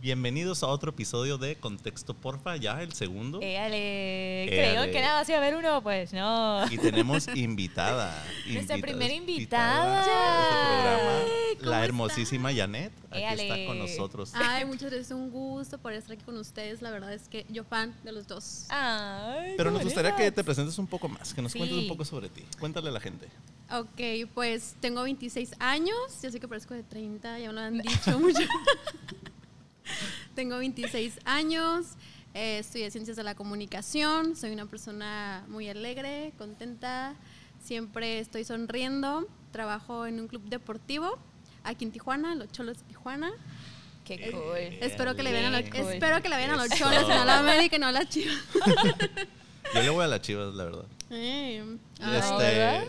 Bienvenidos a otro episodio de Contexto Porfa, ya el segundo. Eh. Éale, creo que nada más iba a haber uno, pues no. Eh, Y tenemos invitada. Nuestra invita- primera invitada. de este Yay, programa, ¿cómo la están? hermosísima Janet. Aquí Éale. está con nosotros. Ay, muchas gracias, un gusto poder estar aquí con ustedes. La verdad es que yo fan de los dos. Ay, Pero qué nos gustaría que bonitas. te presentes un poco más, que nos cuentes Sí. un poco sobre ti. Cuéntale a la gente. Ok, pues tengo 26 años, yo sé que parezco de 30, ya me lo han dicho mucho. tengo 26 años, eh, estudié ciencias de la comunicación, soy una persona muy alegre, contenta, siempre estoy sonriendo, trabajo en un club deportivo aquí en Tijuana, Los Cholos de Tijuana. Qué cool. Espero que le vean a los, Qué cool. espero que la vean a los Eso. Cholos, no a la América, no a las Chivas. Yo le voy a las chivas, la verdad. Ay, este, Ah, ¿verdad?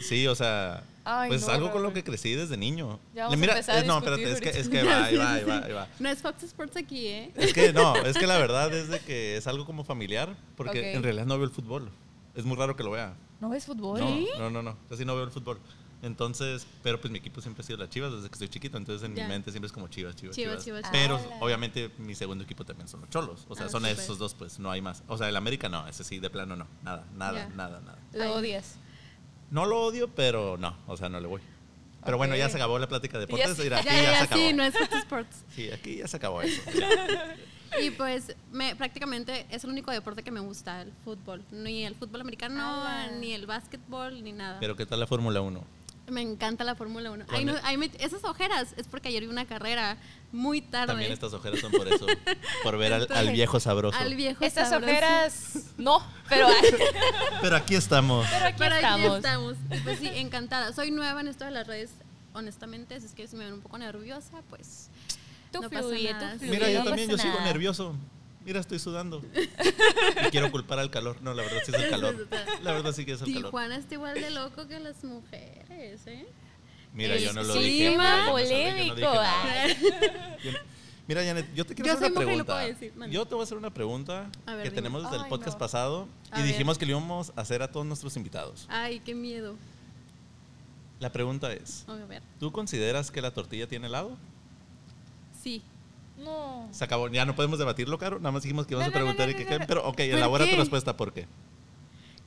Sí, o sea, Ay, pues no, algo con lo Robert. que crecí desde niño. Ya vamos Le- a empezar a eh, no, discutir espérate, es que, es que ahorita. va, ahí va, ahí va, ahí va. No es Fox Sports aquí, ¿eh? Es que no, es que la verdad es de que es algo como familiar, porque Ok. en realidad no veo el fútbol. Es muy raro que lo vea. ¿No ves fútbol? No, no, no, no, casi no veo el fútbol. Entonces, pero pues mi equipo siempre ha sido las Chivas desde que estoy chiquito, entonces en Ya. mi mente siempre es como Chivas, Chivas, Chivas. Chivas, Chivas, Chivas. Pero Ala. obviamente mi segundo equipo también son los Cholos, o sea, Ah, son súper. esos dos pues, no hay más. O sea, el América no, ese sí de plano no, nada, nada, Ya. nada, nada. Lo Ay. odias. No lo odio, pero no, o sea, no le voy. Pero bueno, ya Ok. se acabó la plática de Ya deportes, se- mira, Ya, aquí ya, ya, se ya, acabó. sí, no es Fox Sports. Sí, aquí ya se acabó eso. Y pues me, prácticamente es el único deporte que me gusta, el fútbol. Ni el fútbol americano, Ah. ni el básquetbol, ni nada. Pero ¿qué tal la Fórmula 1? me encanta la Fórmula 1. Con Ay, no, el- ay, me- esas ojeras es porque ayer vi una carrera muy tarde. También estas ojeras son por eso, por ver al, al viejo sabroso. Al viejo Estas sabroso. ojeras, no, pero, Pero aquí estamos. pero aquí Pero aquí estamos. estamos. Y pues sí, encantada. Soy nueva en esto de las redes, honestamente. Así es que si me ven un poco nerviosa, pues Tú No pasa fluye, nada. tú fluye. Mira, yo no también, yo pasa sigo nada. nervioso. Mira, estoy sudando. Y quiero culpar al calor. No, la verdad sí es el calor. La verdad sí que es el calor. Tijuana está igual de loco que las mujeres, ¿eh? Mira, yo no lo Sí, dije. tema yo no sabía, yo no dije polémico, nada. Yo- Mira, Janet, yo te quiero Yo hacer soy una mujer y lo pregunta. puedo decir, mande. yo te voy a hacer una pregunta A ver, que dime. tenemos desde el Ay, podcast no. pasado A y ver. dijimos que le íbamos a hacer a todos nuestros invitados. Ay, qué miedo. La pregunta es, A ver, ¿tú consideras que la tortilla tiene helado? sí. No. Se acabó, ya no podemos debatirlo, Caro. Nada más dijimos que íbamos a No, no, no, preguntar no, y que no, qué, no. Pero ok, ¿Por elabora tu qué? respuesta, ¿por qué?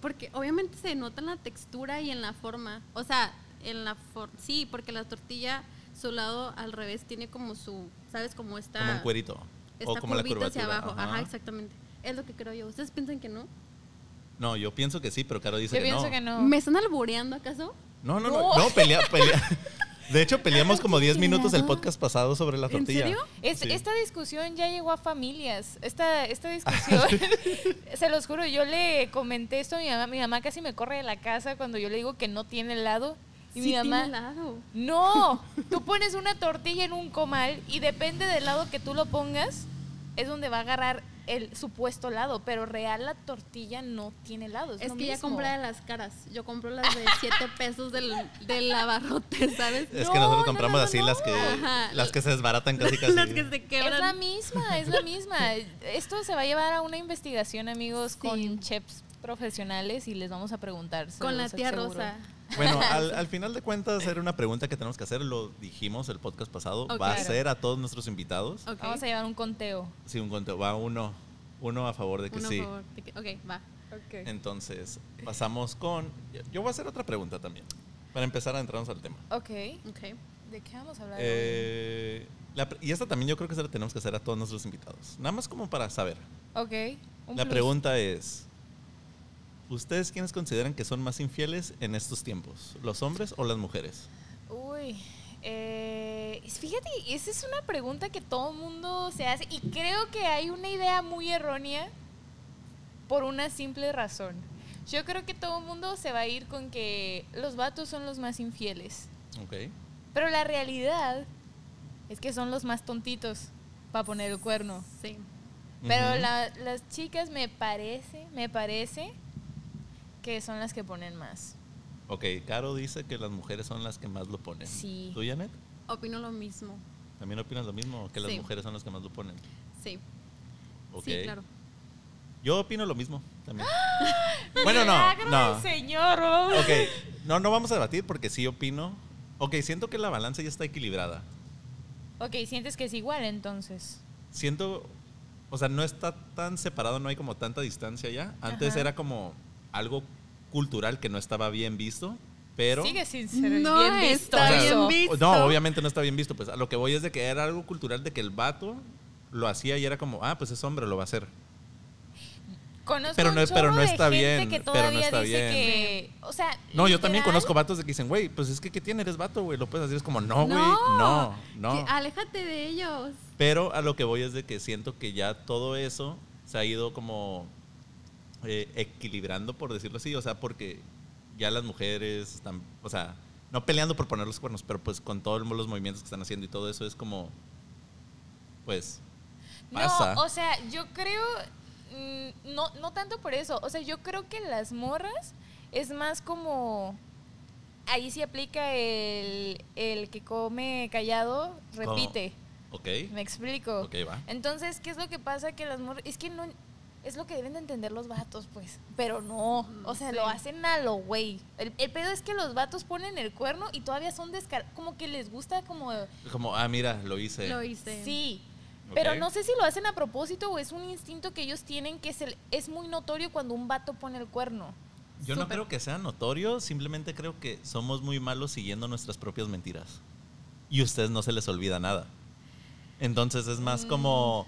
Porque obviamente se nota en la textura y en la forma. O sea, en la forma. Sí, porque la tortilla, su lado al revés, tiene como su. ¿Sabes cómo está? Como un cuerito. Está o como la curvita curvatura. hacia abajo. Ajá. ajá. exactamente. Es lo que creo yo. ¿Ustedes piensan que no? No, yo pienso que sí, pero Caro dice Yo que, pienso no. que no. ¿Me están albureando acaso? No, no, no. No. No, pelea, pelea. De hecho, peleamos como 10 minutos el Helado. podcast pasado sobre la ¿En tortilla. serio? Es- Sí. Esta discusión ya llegó a familias. Esta, esta discusión, se los juro, yo le comenté esto a mi mamá. Mi mamá casi me corre de la casa cuando yo le digo que no tiene helado. Y mi Sí mamá, tiene helado. no, tú pones una tortilla en un comal y depende del lado que tú lo pongas, es donde va a agarrar el supuesto lado. Pero real la tortilla no tiene helado. Es, Es lo que ya mismo. compré de las caras. Yo compro las de 7 pesos del, del abarrote, ¿sabes? Es No, que no, nosotros compramos no, así no. las que Ajá. las que se desbaratan casi casi. las que se Es la quebran. misma, es la misma. Esto se va a llevar a una investigación, amigos, con chefs profesionales y les vamos a preguntar. se Con la los tía aseguro. Rosa. Bueno, al, al final de cuentas era una pregunta que tenemos que hacer, lo dijimos el podcast pasado, Ok. va a Claro. ser a todos nuestros invitados. Ok. Vamos a llevar un conteo. Sí, un conteo, va uno, uno a favor de que Uno, sí. por favor. de que- Ok, va. Entonces, pasamos con yo voy a hacer otra pregunta también para empezar a entrarnos al tema. Ok. Ok. ¿De qué vamos a hablar? Eh, la pre- y esta también yo creo que se la tenemos que hacer a todos nuestros invitados. Nada más como para saber. hoy? ok. un La plus. pregunta es, ¿ustedes quiénes consideran que son más infieles en estos tiempos? ¿Los hombres o las mujeres? Uy. eh, fíjate, esa es una pregunta que todo mundo se hace y creo que hay una idea muy errónea por una simple razón. Yo creo que todo el mundo se va a ir con que los vatos son los más infieles. Ok. Pero la realidad es que son los más tontitos para poner el cuerno. Sí. Pero Ujú. la- las chicas me parece, me parece que son las que ponen más. Ok, Caro dice que las mujeres son las que más lo ponen. Sí. Eh, ¿Tú, Janet? Opino lo mismo. ¿También opinas lo mismo? ¿Que las Sí. mujeres son las que más lo ponen? Sí. Ok. Sí, claro. Yo opino lo mismo también. bueno, no, Milagro no. del Señor. oh. Ok, no, no vamos a debatir porque sí opino. Ok, siento que la balanza ya está equilibrada. Ok, sientes que es igual entonces. Siento, o sea, no está tan separado, no hay como tanta distancia ya. Antes Ajá. era como algo cultural que no estaba bien visto, pero... Sigue sin ser No bien visto. está O sea, eso. bien visto. No, obviamente no está bien visto. Pues a lo que voy es de que era algo cultural de que el vato lo hacía y era como, ah, pues es hombre, lo va a hacer. Conozco Pero un no- pero chorro no de está gente bien, que pero no todavía está dice bien. que, o sea, No, yo también literal, conozco vatos de que dicen, güey, pues es que ¿qué tiene? Eres vato, güey, lo puedes hacer. Es como, no, güey, no, No, no. que- aléjate de ellos. Pero a lo que voy es de que siento que ya todo eso se ha ido como eh, equilibrando, por decirlo así. O sea, porque ya las mujeres están, o sea, no peleando por poner los cuernos, pero pues con todos los movimientos que están haciendo y todo eso es como, pues, pasa. No, o sea, yo creo, mm, no, no tanto por eso, o sea, yo creo que las morras es más como, ahí se aplica el, el que come callado, Como- repite, ok, me explico. ok, va. Entonces, ¿qué es lo que pasa? Que las morras, es que no, es lo que deben de entender los vatos, pues, pero no, o sea, Sí. lo hacen a lo güey. El, el pedo es que los vatos ponen el cuerno y todavía son descar, como que les gusta como... Como, ah, mira, lo hice. Lo hice. Sí. Pero Ok. no sé si lo hacen a propósito o es un instinto que ellos tienen que es, el- es muy notorio cuando un vato pone el cuerno. Yo no creo que sea notorio, simplemente creo que somos muy malos siguiendo nuestras propias mentiras. Y a ustedes no se les olvida nada. Entonces es Mm. más como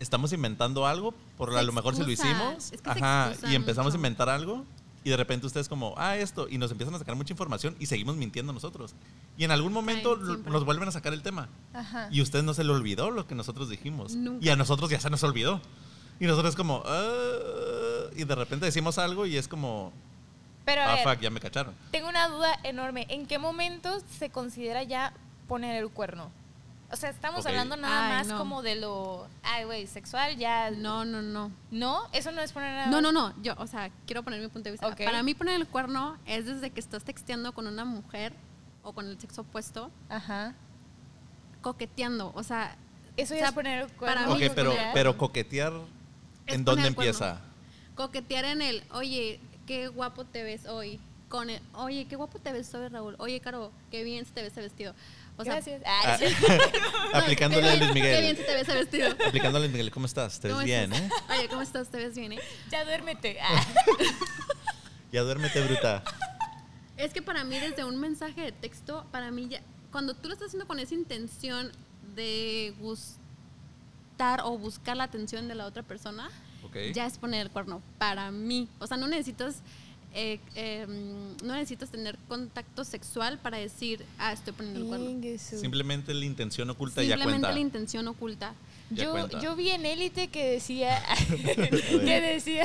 estamos inventando algo, por Se a lo mejor si lo excusan, hicimos, es que se excusan y empezamos mucho. a inventar algo y de repente ustedes como, ah, esto, y nos empiezan a sacar mucha información y seguimos mintiendo nosotros. Y en algún momento Ay, lo- siempre. nos vuelven a sacar el tema. Ajá. Y a ustedes no se le olvidó lo que nosotros dijimos. Nunca. Y a nosotros ya se nos olvidó. Y nosotros como, "Ah", y de repente decimos algo y es como, Pero Ah, a ver, fuck, ya me cacharon. tengo una duda enorme. ¿En qué momento se considera ya poner el cuerno? O sea, estamos Ok. hablando nada Ay, más no. como de lo, ay, güey, sexual, ya... No, no, no. ¿No? Eso no es poner nada No, más? no, no. Yo, o sea, quiero poner mi punto de vista. Ok. Para mí poner el cuerno es desde que estás texteando con una mujer o con el sexo opuesto, Ajá. coqueteando. O sea, Eso O ya sea, es poner el cuerno. para mí Ok, yo pero, creo- pero coquetear, Es ¿en poner dónde el cuerno. empieza? coquetear en el, oye, qué guapo te ves hoy. Con el, oye, qué guapo te ves hoy, Raúl. Oye, Caro, qué bien se te ve ese vestido. O sea, Gracias. Ay, sí. no, Ah, aplicándole qué a bien- Luis Qué bien Miguel. se te ve ese vestido. Aplicándole a Luis Miguel, ¿cómo estás? Te ves ¿Cómo bien, ¿eh? estás? Oye, ¿cómo estás? ¿Te ves bien, eh? ya duérmete. Ah. Ya duérmete, bruta. Es que para mí desde un mensaje de texto, para mí ya, cuando tú lo estás haciendo con esa intención de gustar o buscar la atención de la otra persona, Ok. ya es poner el cuerno. Para mí, o sea, no necesitas, eh, eh, mm, no necesitas tener contacto sexual para decir, ah, estoy poniendo el cuerno. Simplemente la intención oculta ya Simplemente cuenta. la intención oculta. Ya Yo, cuenta. yo vi en Élite que decía, que decía,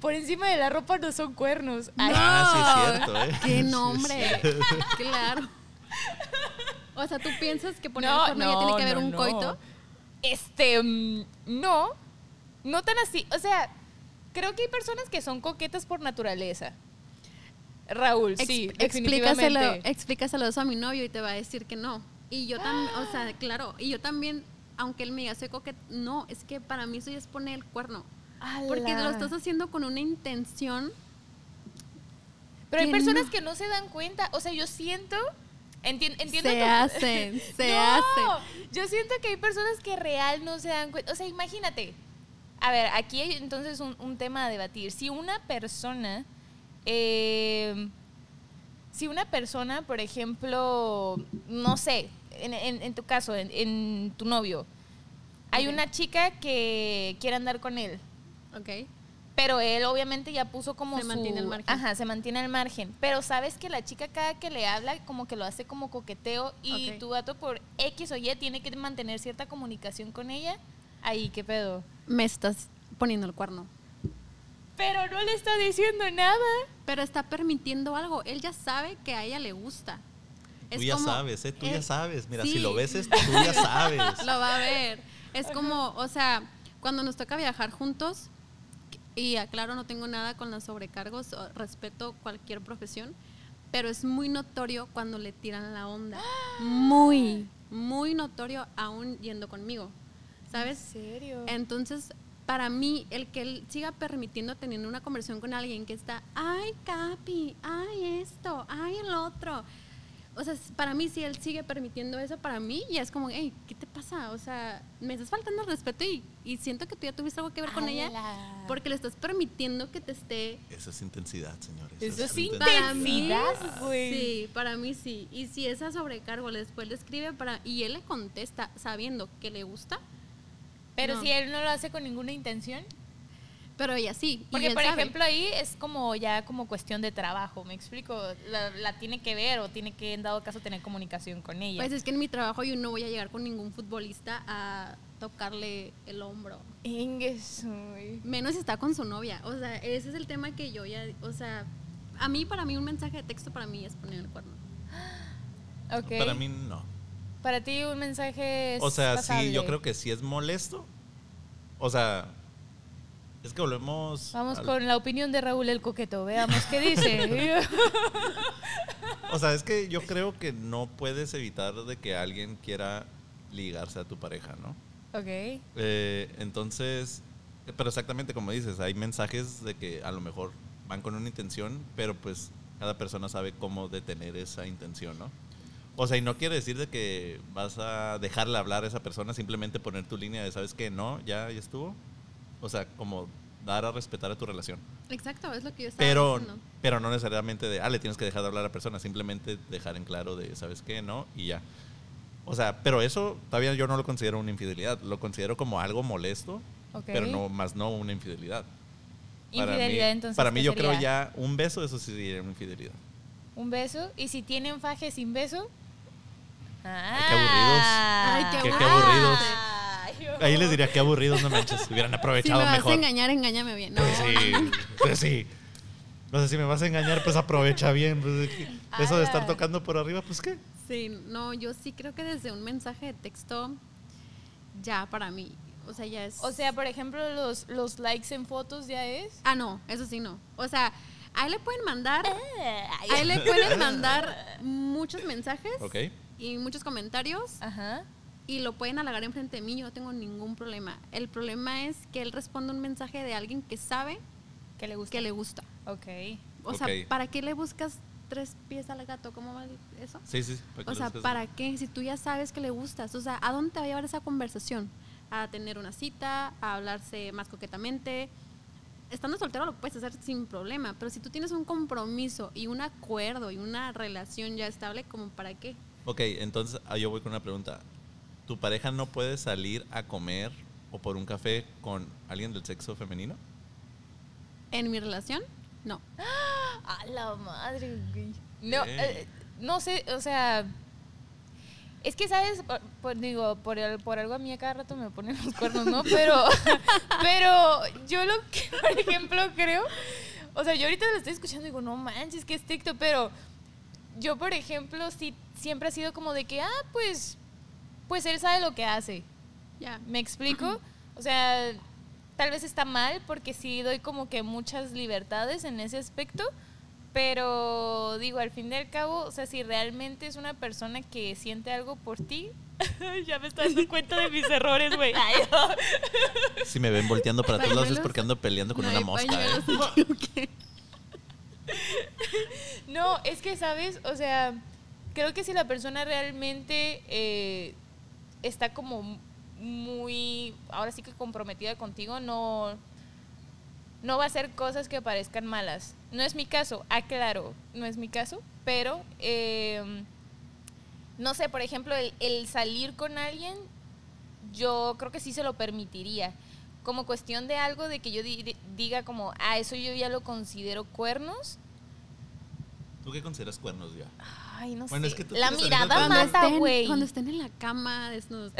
por encima de la ropa no son cuernos. Ay, Ah, sí, es cierto, ¿eh? ¡Qué Sí, es nombre! claro. O sea, tú piensas que poner no, el cuerno ya tiene que haber no, un no. coito. Este, mm, no, no tan así. O sea, creo que hay personas que son coquetas por naturaleza. Raúl, sí, Ex- explícaselo, definitivamente. explícaselo eso a mi novio y te va a decir que no. Y yo también, o sea, claro, y yo también, aunque él me diga soy coqueta, no, es que para mí eso ya es poner el cuerno. Porque lo Ala. estás haciendo con una intención. Pero hay que personas no. que no se dan cuenta. O sea, yo siento, enti- entiendo se tu- hacen, se No, hacen. Yo siento que hay personas que real no se dan cuenta. O sea, imagínate. A ver, aquí hay entonces un, un tema a debatir. Si una persona. eh, si una persona, por ejemplo, no sé, en, en- en tu caso, en, en tu novio, hay Ok. una chica que quiere andar con él. Ok. Pero él obviamente ya puso como Se su- mantiene al margen. Ajá, se mantiene al margen. Pero sabes que la chica cada que le habla como que lo hace como coqueteo y Ok. tu gato por X o Y tiene que mantener cierta comunicación con ella. Ahí, qué pedo. Me estás poniendo el cuerno. Pero no le está diciendo nada. Pero está permitiendo algo. Él ya sabe que a ella le gusta. Tú Es ya como- sabes, ¿eh? Tú ya eh, sabes. Mira, si sí. lo ves, esto, tú ya sabes. Lo va a ver. Es como, o sea, cuando nos toca viajar juntos, y aclaro, no tengo nada con los sobrecargos, o- respeto cualquier profesión, pero es muy notorio cuando le tiran la onda. Muy, muy notorio aún yendo conmigo. ¿Sabes? serio? Entonces, para mí, el que él siga permitiendo teniendo una conversación con alguien que está, ay, Capi, ay, esto, ay, el otro. o sea, s- para mí si él sigue permitiendo eso para mí, ya es como, hey, ¿qué te pasa? O sea, me estás faltando el respeto y, y siento que tú ya tuviste algo que ver con ella Ala. porque le estás permitiendo que te esté... Eso es intensidad, señores. Eso es Para mí, intensidad, güey. sí, para mí sí. Y si esa sobrecargo le- después le escribe para y él le contesta sabiendo que le gusta, Pero No. si él no lo hace con ninguna intención. pero ella sí. y Porque, él por sabe. ejemplo, ahí es como ya como cuestión de trabajo, ¿me explico? La, la tiene que ver o tiene que, en dado caso, tener comunicación con ella. Pues es que en mi trabajo yo no voy a llegar con ningún futbolista a tocarle el hombro. Ingues, uy. Menos si está con su novia. O sea, ese es el tema que yo ya. O sea, a mí, para mí, un mensaje de texto para mí es poner el cuerno. Ok. Para mí no. Para ti un mensaje es O sea, sí, pasable. yo creo que sí es molesto. O sea, es que volvemos. Vamos al- con la opinión de Raúl el Coqueto, veamos qué dice. O sea, es que yo creo que no puedes evitar de que alguien quiera ligarse a tu pareja, ¿no? ok. Eh, entonces, pero exactamente como dices, hay mensajes de que a lo mejor van con una intención, pero pues cada persona sabe cómo detener esa intención, ¿no? O sea, y no quiere decir de que vas a dejarle hablar a esa persona, simplemente poner tu línea de, ¿sabes qué? No, ya, ya estuvo. O sea, como dar a respetar a tu relación. Exacto, es lo que yo estaba Pero, diciendo. pero no necesariamente de, ah, le tienes que dejar de hablar a la persona, simplemente dejar en claro de, ¿sabes qué? No, y ya. O sea, pero eso todavía yo no lo considero una infidelidad, lo considero como algo molesto, Ok. pero no más no una infidelidad. Para Infidelidad, mí- entonces. Para mí ¿qué yo sería? creo ya un beso, eso sí sería una infidelidad. Un beso. ¿Y si tienen faje sin beso? Ah. Ay, qué aburridos. Ay, qué Qué- qué aburridos. aburridos. Ahí les diría, qué aburridos, no manches, hubieran Si me aprovechado vas a mejor. engañar, engáñame bien. No, Pues sí, pues sí. No sé si me vas a engañar, pues aprovecha bien. pues, eso Ah. de estar Ala. tocando por arriba, pues qué. Sí, no, yo sí creo que desde un mensaje de texto, ya para mí. O sea, ya es. O sea, por ejemplo, los, los likes en fotos ya es. Ah, no, eso sí no. O sea, a él le pueden mandar. A él le pueden mandar muchos mensajes Ok. y muchos comentarios. Ajá. y lo pueden halagar enfrente de mí, yo no tengo ningún problema. El problema es que él responde un mensaje de alguien que sabe Que le gusta. que le gusta. Ok. O Ok. sea, ¿para qué le buscas tres pies al gato? ¿Cómo va eso? Sí, sí. para que O lo sea, busques. ¿para qué? Si tú ya sabes que le gustas. O sea, ¿a dónde te va a llevar esa conversación? A tener una cita, a hablarse más coquetamente. Estando soltero lo puedes hacer sin problema, pero si tú tienes un compromiso y un acuerdo y una relación ya estable, ¿como para qué? Ok, entonces ah, yo voy con una pregunta. ¿Tu pareja no puede salir a comer o por un café con alguien del sexo femenino? En mi relación, no. A la madre, güey. No, Ok. eh, no sé, o sea. Es que, ¿sabes? Por, por- digo, por, el- por algo a mí a cada rato me ponen los cuernos, ¿no? Pero, pero yo lo que, por ejemplo, creo. O sea, yo ahorita lo estoy escuchando y digo, no manches, qué estricto, pero yo, por ejemplo, sí, siempre ha sido como de que, ah, pues, pues él sabe lo que hace. Ya. ¿Me explico? O sea, tal vez está mal porque sí doy como que muchas libertades en ese aspecto, pero digo, al fin y al cabo, o sea, si realmente es una persona que siente algo por ti, ya me está dando cuenta de mis errores, güey. Ay, no. Si me ven volteando para todos lados es Pañuelos. porque ando peleando con No una hay mosca. ¿eh? pañuelos, me equivoqué. No, es que, ¿sabes? O sea, creo que si la persona realmente eh, está como muy, ahora sí que comprometida contigo, no, no va a hacer cosas que parezcan malas. No es mi caso, aclaro, no es mi caso, pero, eh, no sé, por ejemplo, el, el salir con alguien, yo creo que sí se lo permitiría. Como cuestión de algo de que yo di- di- diga como, ah, eso yo ya lo considero cuernos, ¿Tú qué consideras cuernos ya? Ay, no Bueno, sé. es que tú la tienes mirada anécdotas. mata, güey. cuando estén en la cama desnudos.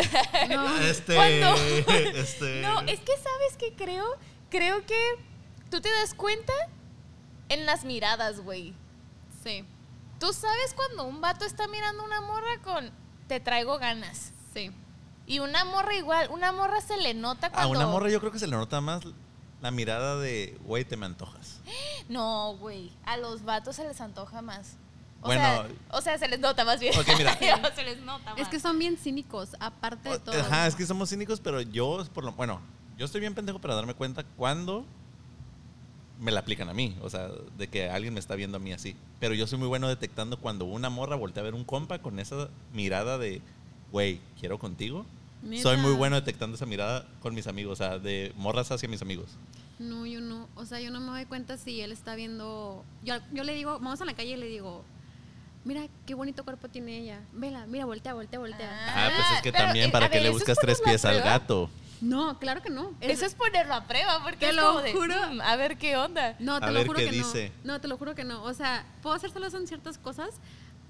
No, Este, ¿Cuándo? este. No, es que sabes que creo, creo que tú te das cuenta en las miradas, güey. sí, Tú sabes cuando un vato está mirando a una morra con te traigo ganas. sí. Y una morra igual, una morra se le nota A cuando Ah, una morra yo creo que se le nota más la mirada de, güey, te me antojas. No, güey, a los vatos se les antoja más. O Bueno. sea, o sea, se les nota más bien. Ok, mira. se les nota más. Es que son bien cínicos, aparte de todo. Ajá, es que somos cínicos, pero yo, por lo, bueno, yo estoy bien pendejo para darme cuenta cuando me la aplican a mí, o sea, de que alguien me está viendo a mí así. Pero yo soy muy bueno detectando cuando una morra voltea a ver un compa con esa mirada de, güey, quiero contigo. Neta. Soy muy bueno detectando esa mirada con mis amigos, o sea, de morras hacia mis amigos. No, yo no. O sea, yo no me doy cuenta si él está viendo. Yo, yo le digo, vamos a la calle y le digo, mira qué bonito cuerpo tiene ella. Vela, mira, voltea, voltea, voltea. Ah, pues es que pero, también, eh, ¿para a qué ver, le eso es buscas por tres la pies al prueba. gato? No, claro que no. Es- Eso es ponerlo a prueba, porque Te es lo como de, juro. "Mm, a ver qué onda. No, te A lo ver juro qué que dice. no. No, te lo juro que no. O sea, puedo hacérselos en ciertas cosas,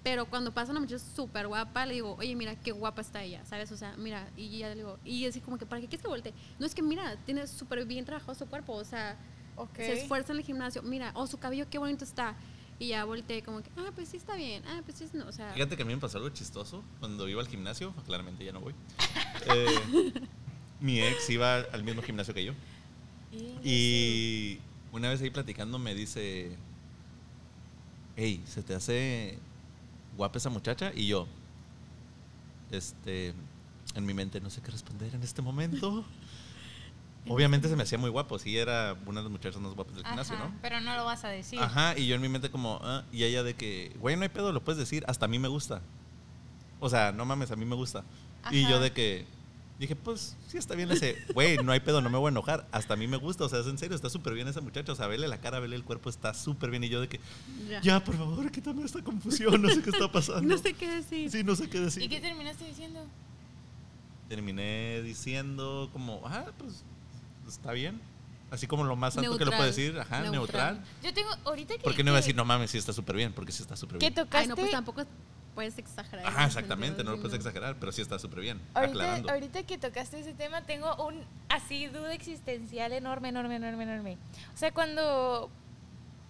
pero cuando pasa una muchacha súper guapa, le digo, oye, mira, qué guapa está ella, ¿sabes? O sea, mira, y ya le digo, y así como que, ¿para qué quieres que voltee? No, es que mira, tiene súper bien trabajado su cuerpo, o sea, Ok. se esfuerza en el gimnasio, mira, oh, su cabello, qué bonito está. Y ya volteé como que, ah, pues sí está bien, ah, pues sí, no, o sea, Fíjate que a mí me pasó algo chistoso cuando iba al gimnasio, claramente ya no voy. Eh, mi ex iba al mismo gimnasio que yo. Y una vez ahí platicando me dice, hey, ¿se te hace guapa esa muchacha? Y yo, este, en mi mente no sé qué responder en este momento. Obviamente se me hacía muy guapo, sí, era una de las muchachas más guapas del gimnasio, Ajá, ¿no? Pero no lo vas a decir. Ajá, y yo en mi mente como, ah, y ella de que, güey, no hay pedo, lo puedes decir, hasta a mí me gusta. O sea, no mames, a mí me gusta. Y Ajá. yo de que, dije, pues sí está bien ese, güey, no hay pedo, no me voy a enojar, hasta a mí me gusta, o sea, es en serio, está súper bien esa muchacha, o sea, vele la cara, vele el cuerpo, está súper bien. Y yo de que, ya. ya, por favor, quítame esta confusión, no sé qué está pasando. no sé qué decir. Sí, no sé qué decir. ¿Y qué terminaste diciendo? Terminé diciendo como, ah, pues está bien. Así como lo más santo que lo Neutral. puedo decir, ajá, Neutral. neutral. Yo tengo, ahorita que... ¿Por qué no iba a que- decir, no mames, sí está súper bien? Porque sí está súper Que bien. tocaste... Ay, no, pues tampoco puedes exagerar. en Ajá, ese exactamente, sentido, no lo sí, puedes exagerar, pero sí está súper bien. Ahorita, aclarando. ahorita que tocaste ese tema, tengo un así duda existencial enorme, enorme, enorme, enorme. O sea, cuando. O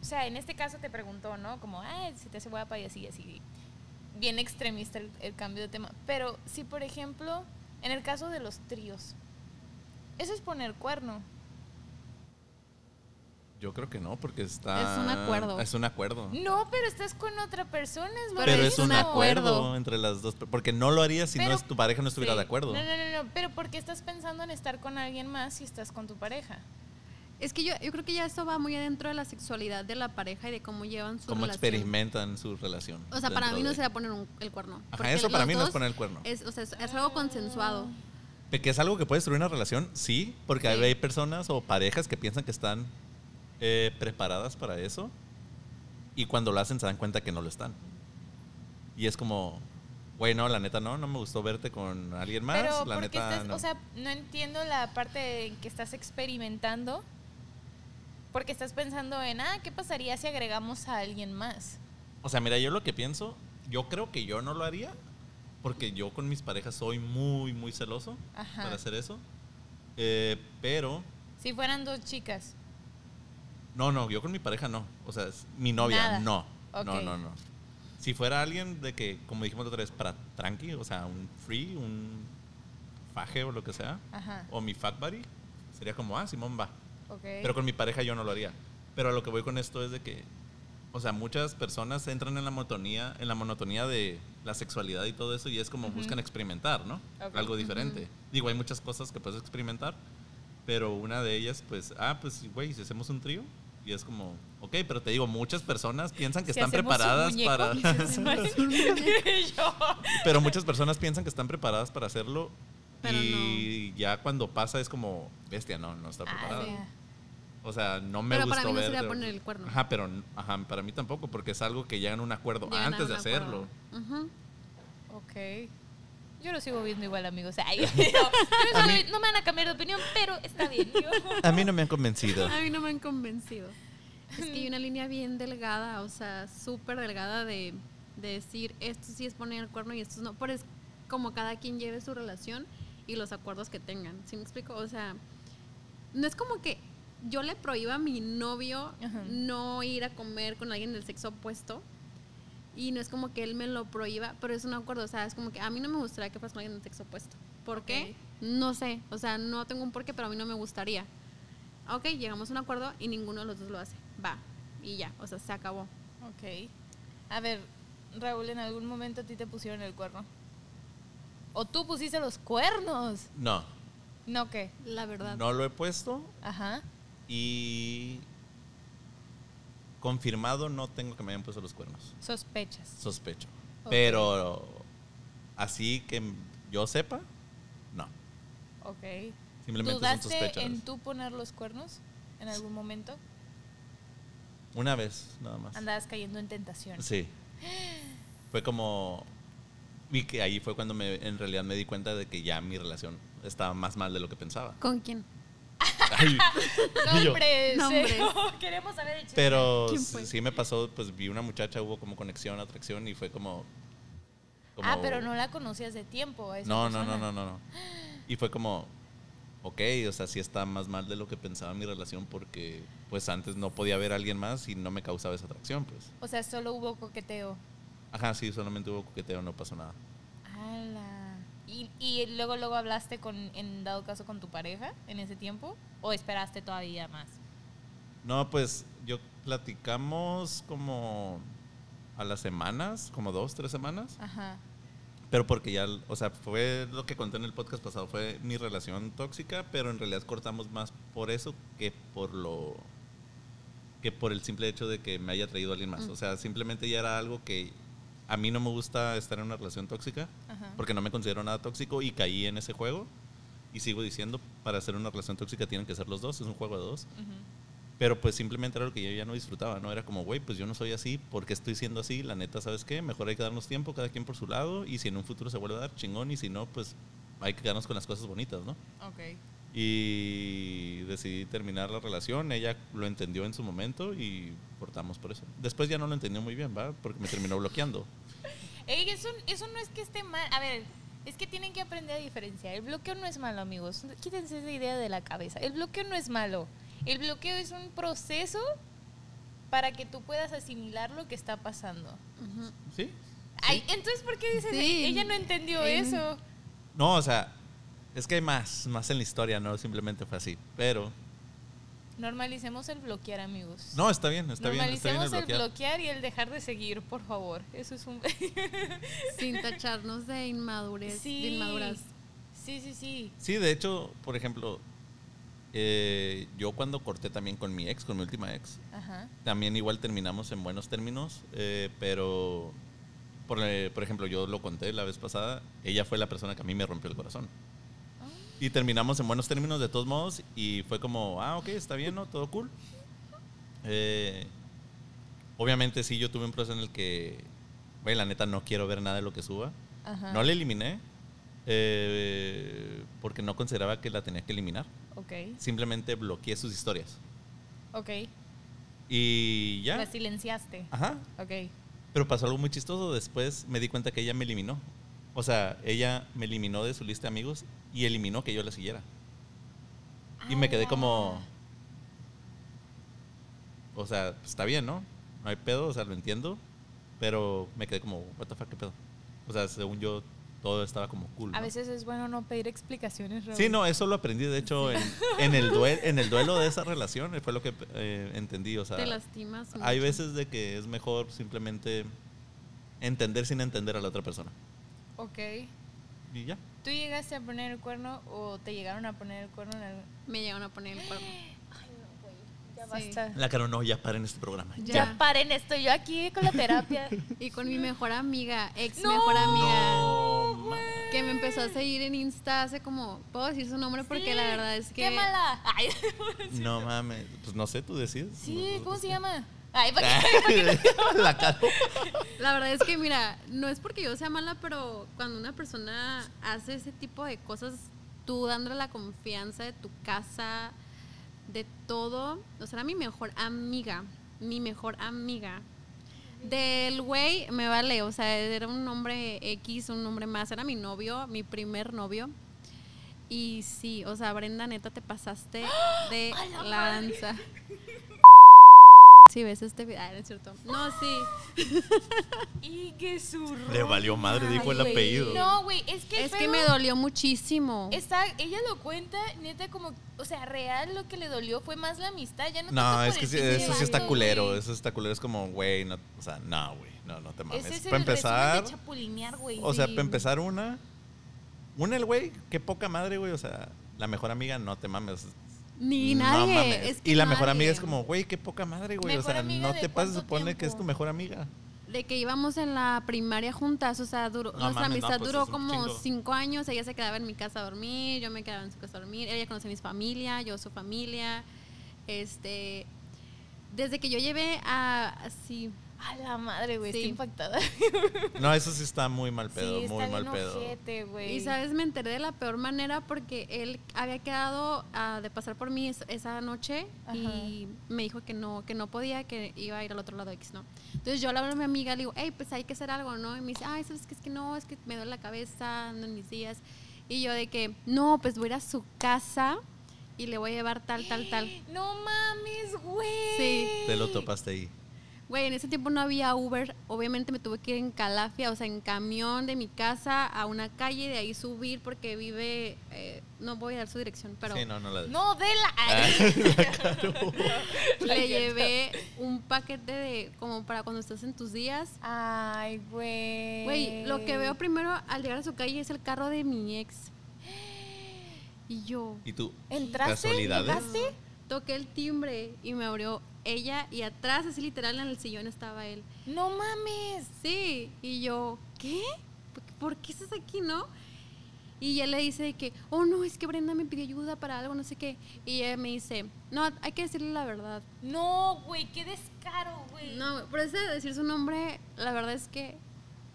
sea, en este caso te preguntó, ¿no? Como, ah, se te hace guapa y así, y así. Bien extremista el, el cambio de tema. Pero si, por ejemplo, en el caso de los tríos, eso es poner cuerno. Yo creo que no, porque está. Es un acuerdo. Es un acuerdo. No, pero estás con otra persona, es lo Pero mismo. es un acuerdo. acuerdo. entre las dos. Porque no lo harías si no Pero- es- tu pareja no estuviera sí. de acuerdo. No, no, no, no, pero ¿por qué estás pensando en estar con alguien más si estás con tu pareja? Es que yo, yo creo que ya eso va muy adentro de la sexualidad de la pareja y de cómo llevan su Cómo relación. experimentan su relación. O sea, para dentro mí no de- será poner un- el cuerno. Ajá, porque eso para los mí no es dos poner el cuerno. es- o sea, es, es algo consensuado. De Que es algo que puede destruir una relación, sí, porque Sí. hay personas o parejas que piensan que están eh, preparadas para eso y cuando lo hacen se dan cuenta que no lo están. Y es como, güey, no, la neta no, no me gustó verte con alguien más. Pero la porque neta estás, no. o sea, no entiendo la parte en que estás experimentando, porque estás pensando en, ah, ¿qué pasaría si agregamos a alguien más? O sea, mira, yo lo que pienso, yo creo que yo no lo haría, porque yo con mis parejas soy muy, muy celoso Ajá. para hacer eso. Eh, pero, Si fueran dos chicas. no, no, yo con mi pareja no. O sea, es mi novia, Nada. no. No, Ok. no, no. Si fuera alguien de que, como dijimos la otra vez, para tranqui, o sea, un free, un faje o lo que sea, Ajá. o mi fat buddy, sería como, ah, Simón va. Ok. Pero con mi pareja yo no lo haría. Pero a lo que voy con esto es de que, o sea, muchas personas entran en la monotonía, en la monotonía de la sexualidad y todo eso y es como Ujú. buscan experimentar, ¿no? Ok. Algo diferente. Digo, hay muchas cosas que puedes experimentar, pero una de ellas, pues, ah, pues, güey, si hacemos un trío y es como, ok, pero te digo, muchas personas piensan que Si están hacemos un preparadas muñeco, para, Yo. pero muchas personas piensan que están preparadas para hacerlo. Pero y ya cuando pasa es como, bestia, no, no está preparada. Ah, sí. O sea, no me Pero para gustó mí no ver- sería poner el cuerno. Ajá, pero n- ajá, para mí tampoco, porque es algo que llegan a un acuerdo Llegan a antes de un acuerdo. hacerlo. Ujú. Ok. Yo lo sigo viendo igual, amigos. Ay, yo- yo lo sigo vi- no me van a cambiar de opinión, pero está bien. Yo. A mí no me han convencido. A mí no me han convencido. Es que hay una línea bien delgada, o sea, súper delgada de, de decir esto sí es poner el cuerno y esto no. Pero es como cada quien lleve su relación y los acuerdos que tengan. ¿Sí me explico? O sea, no es como que yo le prohíba a mi novio Ajá. no ir a comer con alguien del sexo opuesto. Y no es como que él me lo prohíba, pero es un acuerdo. O sea, es como que a mí no me gustaría que fueras con alguien del sexo opuesto. ¿Por qué? No sé. O sea, no tengo un porqué, pero a mí no me gustaría. Ok, llegamos a un acuerdo y ninguno de los dos lo hace. Va. Y ya. O sea, se acabó. Ok. A ver, Raúl, ¿en algún momento a ti te pusieron el cuerno? ¿O tú pusiste los cuernos? No, No, ¿qué? La verdad. no lo he puesto Ajá. y confirmado no tengo que me hayan puesto los cuernos. Sospechas. Sospecho. Ok. Pero así que yo sepa, no. Ok. Simplemente son ¿Dudaste sospechas. en tú poner los cuernos en algún momento? Una vez, nada más. Andabas cayendo en tentación. Sí. Fue como. Y que ahí fue cuando me, en realidad me di cuenta de que ya mi relación estaba más mal de lo que pensaba. ¿Con quién? Ay, y yo, Nombres. Nombres. eh, Queremos saber el chisme. Pero ¿Quién sí fue? sí me pasó, pues vi una muchacha, hubo como conexión, atracción y fue como. como- Ah, pero no la conocías de tiempo. a esa No, no, no, no, persona. no, no. Y fue como. Ok, o sea, sí está más mal de lo que pensaba mi relación porque, pues antes no podía ver a alguien más y no me causaba esa atracción, pues. O sea, solo hubo coqueteo. Ajá, sí, solamente hubo coqueteo, no pasó nada. Ala. ¿Y, y luego, luego hablaste con, en dado caso, con tu pareja en ese tiempo? ¿O esperaste todavía más? No, pues yo platicamos como a las semanas, como dos, tres semanas, Ajá. pero porque ya, o sea, fue lo que conté en el podcast pasado, fue mi relación tóxica, pero en realidad cortamos más por eso que por lo que por el simple hecho de que me haya traído alguien más. Mm. O sea, simplemente ya era algo que a mí no me gusta estar en una relación tóxica, Ajá. porque no me considero nada tóxico y caí en ese juego. Y sigo diciendo, para hacer una relación tóxica tienen que ser los dos, es un juego de dos. Ujú. Pero pues simplemente era lo que yo ya no disfrutaba, ¿no? Era como, güey, pues yo no soy así, ¿por qué estoy siendo así? La neta, ¿sabes qué? Mejor hay que darnos tiempo, cada quien por su lado, y si en un futuro se vuelve a dar, chingón, y si no, pues hay que quedarnos con las cosas bonitas, ¿no? Ok. Y decidí terminar la relación, ella lo entendió en su momento y cortamos por eso. Después ya no lo entendió muy bien, ¿va? Porque me terminó bloqueando. Ey, eso, eso no es que esté mal. A ver, es que tienen que aprender a diferenciar. El bloqueo no es malo, amigos. Quítense esa idea de la cabeza. El bloqueo no es malo. El bloqueo es un proceso para que tú puedas asimilar lo que está pasando. Ujú. ¿Sí? Ay, entonces, ¿por qué dices, Sí. "Ey, ella no entendió Ey, eso? No, o sea, es que hay más, más en la historia, ¿no? Simplemente fue así. Pero, Normalicemos el bloquear, amigos. no, está bien, está bien, está bien el Normalicemos el bloquear. bloquear y el dejar de seguir, por favor. Eso es un... Sin tacharnos de inmadurez, de sí. inmaduras. Sí, sí, sí. Sí, de hecho, por ejemplo, eh, yo cuando corté también con mi ex, con mi última ex, Ajá. también igual terminamos en buenos términos, eh, pero, por, eh, por ejemplo, yo lo conté la vez pasada, ella fue la persona que a mí me rompió el corazón. Y terminamos en buenos términos de todos modos y fue como, ah, ok, está bien, ¿no? Todo cool. Eh, obviamente sí, yo tuve un proceso en el que, güey, la neta no quiero ver nada de lo que suba. Ajá. No la eliminé eh, porque no consideraba que la tenía que eliminar. Ok, Simplemente bloqueé sus historias. ok. Y ya. La silenciaste. Ajá. Ok. Pero pasó algo muy chistoso. Después me di cuenta que ella me eliminó. O sea, ella me eliminó de su lista de amigos y eliminó que yo la siguiera. Y me Ah, quedé como... O sea, pues, está bien, ¿no? No hay pedo, o sea, lo entiendo. Pero me quedé como, what the fuck, qué pedo. O sea, según yo, todo estaba como cool. A ¿no? veces es bueno no pedir explicaciones, Raúl. Sí, no, eso lo aprendí, de hecho, en, en el, duelo, en el duelo de esa relación, fue lo que eh, entendí. O sea, Te lastimas. hay mucho. veces de que es mejor simplemente entender sin entender a la otra persona. Ok. Y ya. ¿Tú llegaste a poner el cuerno o te llegaron a poner el cuerno en algún... Me llegan a poner el cuerno. Ay, no, güey. Ya Sí. basta. La cara no, ya paren este programa. Ya. Ya. paren esto. Yo aquí con la terapia. Y con mi mejor amiga, ex No. mejor amiga, No, ma- que me empezó a seguir en Insta hace como, puedo decir su nombre porque Sí, la verdad es que... ¡Qué mala! Ay, no mames, pues no sé, tú decides. sí, Nosotros- ¿cómo se llama? Ay, ¿para Ah. qué? la cara. La verdad es que, mira, no es porque yo sea mala, pero cuando una persona hace ese tipo de cosas, tú dándole la confianza de tu casa, de todo, o sea, era mi mejor amiga, mi mejor amiga. Del güey me vale, o sea, era un hombre X, un hombre más, era mi novio, mi primer novio. Y sí, o sea, Brenda, neta, te pasaste de ¡A la la madre! danza. Si ves este video, ah, no es cierto. No, sí. Y que su Le valió madre, dijo el Ay, güey. apellido. No, güey, es que el Es que pedo- me dolió muchísimo. Está, ella lo cuenta, neta, como, o sea, real lo que le dolió fue más la amistad, ya no tanto No, por es que el sí, pinche eso sí vato, está culero, güey. eso está culero. Es como, güey, no, o sea, no, güey, no, no te mames. Ese es el Para empezar, resumen de chapulinear, güey. o sea, sí. para empezar una, una el güey, qué poca madre, güey, o sea, la mejor amiga, no te mames. Ni No nadie. mames. es que y la nadie. mejor amiga es como, güey, qué poca madre, güey. O Mejor sea, amiga no de te pases, cuánto supone que es tiempo. tu mejor amiga. De que íbamos en la primaria juntas, o sea, duró, No nuestra mames, no, amistad pues duró es un como chingo. cinco años. Ella se quedaba en mi casa a dormir, yo me quedaba en su casa a dormir. Ella conoce a mi familia, yo su familia. Este. Desde que yo llevé a. Sí, A la madre, güey, Sí. estoy impactada. No, eso sí está muy mal pedo, sí, está muy mal bien pedo. ojete, güey. Y sabes, me enteré de la peor manera porque él había quedado ah, de pasar por mí es- esa noche y me dijo que no, que no podía, que iba a ir al otro lado X, ¿no? Entonces yo le hablo a mi amiga, le digo, hey, pues hay que hacer algo, ¿no? Y me dice, ay, ¿sabes qué? Es que no, es que me duele la cabeza, ando en mis días. Y yo de que, no, pues voy a ir a su casa y le voy a llevar tal, tal, tal. No mames, güey. Sí. Te lo topaste ahí. Güey, en ese tiempo no había Uber. Obviamente me tuve que ir en calafia, o sea, en camión de mi casa a una calle, de ahí subir porque vive. eh, no voy a dar su dirección, pero sí, no, no la No, de la. Ah, le llevé un paquete de. como para cuando estás en tus días. Ay, güey. Güey, lo Eh. que veo primero al llegar a su calle es el carro de mi ex. Y yo ¿Y tú? ¿Entraste? ¿Casualidades? ¿Llegaste? toqué el timbre y me abrió ella, y atrás, así literal, en el sillón estaba él. No mames. sí. Y yo, ¿qué? ¿Por qué- ¿Por qué estás aquí, no? Y él le dice de que, oh no, es que Brenda me pidió ayuda para algo, no sé qué. Y ella me dice, no, hay que decirle la verdad. No, güey, qué descaro, güey. No, por eso de decir su nombre, la verdad es que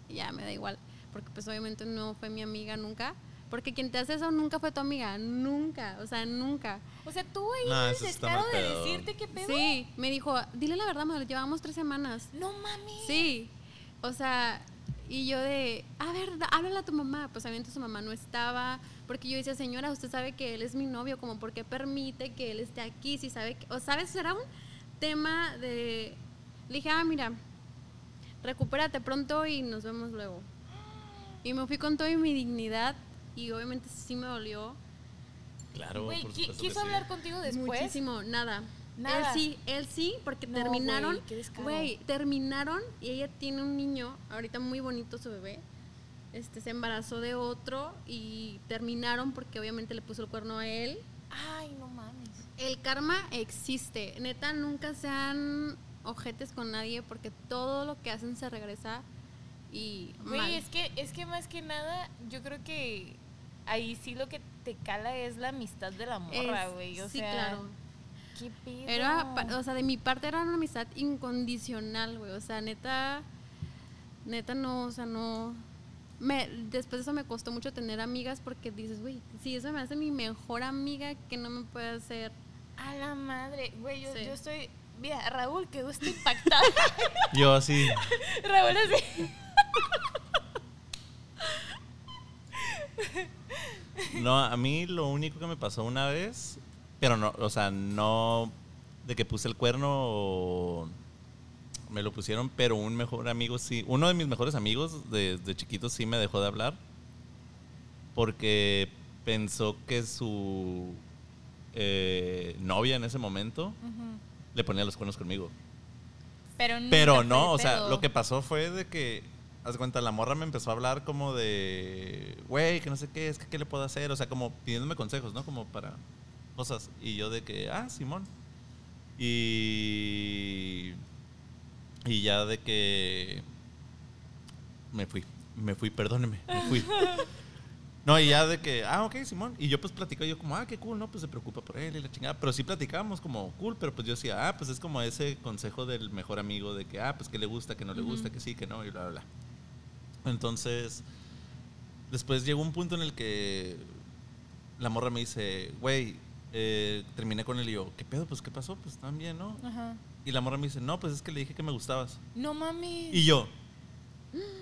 ya me da igual. Porque pues obviamente no fue mi amiga nunca. Porque quien te hace eso nunca fue tu amiga, nunca, o sea, nunca. O sea, tú ahí No, eres eso está mal descaro de pedo. decirte qué pedo. Sí, me dijo, dile la verdad, me llevamos tres semanas. No mames. Sí, o sea, y yo de, a ver, da- háblale a tu mamá. Pues obviamente su mamá no estaba, porque yo decía, señora, usted sabe que él es mi novio, como, ¿por qué permite que él esté aquí? Si sabe que, o sabes, será un tema de, le dije, ah, mira, recupérate pronto y nos vemos luego. Y me fui con toda mi dignidad y obviamente sí me dolió Claro, Güey, por qui- supuesto que quiso sí. hablar contigo después. muchísimo, nada. Nada. Él sí, él sí, porque No, terminaron. güey, qué descaro. Güey, terminaron y ella tiene un niño, ahorita muy bonito su bebé. Este se embarazó de otro y terminaron porque obviamente le puso el cuerno a él. Ay, no mames. El karma existe. Neta, nunca sean ojetes con nadie porque todo lo que hacen se regresa y mal. Güey, es que, es que más que nada, yo creo que ahí sí lo que te cala es la amistad de la morra, Es- güey. O sí, sea, claro. qué pedo. Era, pa- o sea, de mi parte era una amistad incondicional, güey. O sea, neta, neta no, o sea, no. Me, después de eso me costó mucho tener amigas porque dices, güey, si eso me hace mi mejor amiga, que no me puede hacer. A la madre, güey, yo, Sí. yo estoy. Mira, Raúl quedó este impactado. Yo así. Raúl así. No, a mí lo único que me pasó una vez, pero no, o sea, no de que puse el cuerno o me lo pusieron, pero un mejor amigo sí, uno de mis mejores amigos de- de chiquito sí me dejó de hablar porque pensó que su eh, novia en ese momento le ponía los cuernos conmigo. Pero no. Pero no, o sea, lo que pasó fue de que, haz de cuenta, la morra me empezó a hablar como de, güey, que no sé qué, es que qué le puedo hacer, o sea, como pidiéndome consejos, ¿no? Como para cosas. Y yo de que, ah, Simón. Y. Y ya de que. Me fui, me fui, perdóneme, me fui. No, y ya de que, ah, ok, Simón. Y yo pues platicaba, yo como, ah, qué cool, ¿no? Pues se preocupa por él y la chingada. Pero sí platicábamos como cool, pero pues yo decía, ah, pues es como ese consejo del mejor amigo de que, ah, pues que le gusta, que no le gusta, que sí, que no, y bla, bla, bla. Entonces, después llegó un punto en el que la morra me dice, güey, eh, terminé con él y yo, ¿qué pedo? Pues, ¿qué pasó? Pues, están bien, ¿no? Ajá. Y la morra me dice, no, pues es que le dije que me gustabas. No mames. Y yo,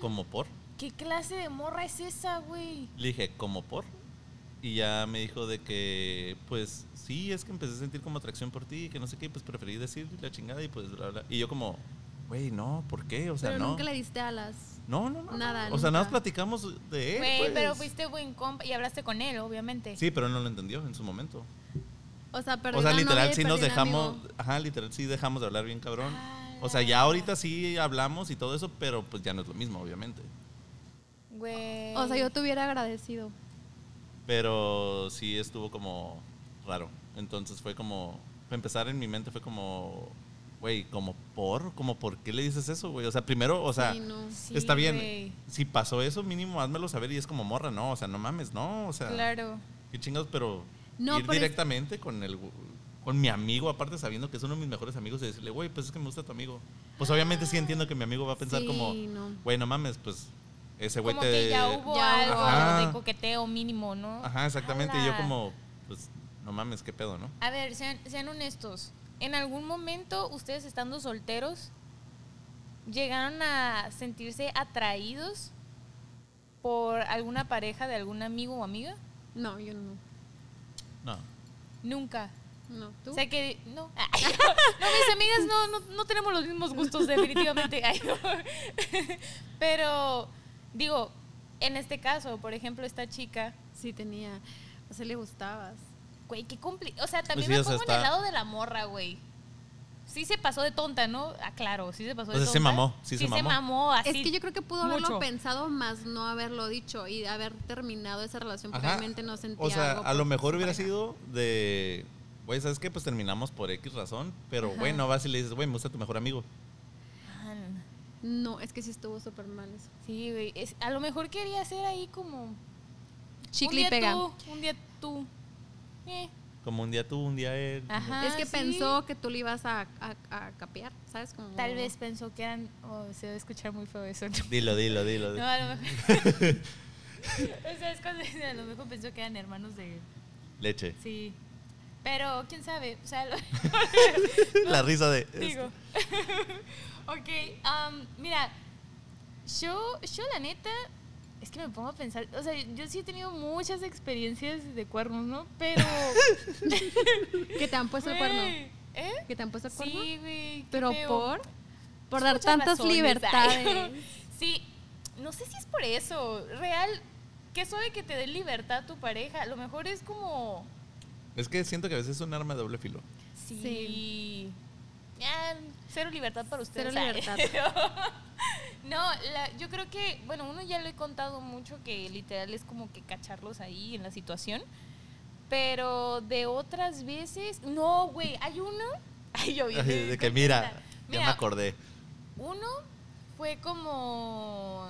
¿como por? ¿Qué clase de morra es esa, güey? Le dije, ¿como por? Y ya me dijo de que, pues sí, es que empecé a sentir como atracción por ti, que no sé qué, pues preferí decir la chingada y pues bla, bla. Y yo como, güey, no, ¿por qué? O sea, pero no. nunca le diste alas. No, no, no. Nada, O sea, nada más nunca. platicamos de él. Güey, pues. pero fuiste buen compa y hablaste con él, obviamente. Sí, pero él no lo entendió en su momento. O sea, o sea, literal, si sí nos dejamos, ajá, literal, sí dejamos de hablar bien cabrón. Ah, O sea, ya ahorita sí hablamos y todo eso, pero pues ya no es lo mismo, obviamente. Güey. O sea, yo te hubiera agradecido. Pero sí estuvo como, raro. Entonces fue como, para empezar en mi mente fue como, güey, como por, como por qué le dices eso, güey. O sea, primero, o sea, Sí, no. Sí, está bien. güey. Si pasó eso, mínimo házmelo saber y es como morra, no, o sea, no mames, no, o sea, Claro. qué chingados, pero No, ir pero es- directamente con el gu- con mi amigo, aparte sabiendo que es uno de mis mejores amigos y decirle, güey, pues es que me gusta tu amigo. Pues obviamente Ah, sí entiendo que mi amigo va a pensar Sí, como, no. güey, no mames, pues ese güey Como te que ya hubo Ya algo hubo. Ajá. de coqueteo mínimo, ¿no? Ajá, exactamente, y yo Ala. como, pues no mames, qué pedo, ¿no? A ver, sean, sean honestos. ¿En algún momento ustedes estando solteros llegaron a sentirse atraídos por alguna pareja de algún amigo o amiga? No, yo no. No. Nunca. No, tú. O sea que, no. Ay, no, mis amigas no, no, no tenemos los mismos gustos, definitivamente. Ay, no. Pero, digo, en este caso, por ejemplo, esta chica, Sí tenía. O sea, le gustabas. güey, qué cumpli. O sea, también Pues sí, me o sea, pongo está- en el lado de la morra, güey. Sí se pasó de tonta, ¿no? Ah, claro, sí se pasó de O sea, tonta. se mamó, sí se mamó. así. Es que yo creo que pudo haberlo mucho. pensado más no haberlo dicho y haber terminado esa relación porque Ajá. Pues, realmente no sentía O sea, algo a lo por mejor su hubiera pareja. sido de, güey, ¿sabes qué? Pues terminamos por X razón, pero Ajá. güey, no vas y le dices, güey, me gusta tu mejor amigo. Man, No, es que sí estuvo súper mal eso. Sí, güey. es- A lo mejor quería hacer ahí como. un Chicle y día pega. tú, un día tú. Eh, Como un día tú, un día él. ajá. Es que Ah, sí. pensó que tú le ibas a, a- a capear, ¿sabes? Como- Tal vez pensó que eran. oh, se va a escuchar muy feo eso. ¿no? Dilo, dilo, dilo. No, dilo. a lo mejor. o sea, es cuando a lo mejor pensó que eran hermanos de él. Leche. Sí. Pero, quién sabe. O sea, lo- La risa de... este, digo. ok, am, mira. Yo, yo, la neta, es que me pongo a pensar. O sea, yo sí he tenido muchas experiencias de cuernos, ¿no? Pero. Que te han puesto el cuerno. güey, ¿Eh? Que te han puesto el cuerno. Sí, güey. qué Pero feo. por. Por Pues dar muchas tantas razones, libertades. ay. Sí, no sé si es por eso. Real, que suave que te dé libertad a tu pareja. A lo mejor es como. Es que siento que a veces es un arma de doble filo. Sí. Ya, cero libertad para ustedes. Cero ay. libertad. No, la- yo creo que, bueno, uno ya lo he contado mucho que literal es como que cacharlos ahí en la situación. Pero de otras veces, no, güey, hay uno. Ay, yo bien De que contenta. mira, ya me Mira, acordé. Uno fue como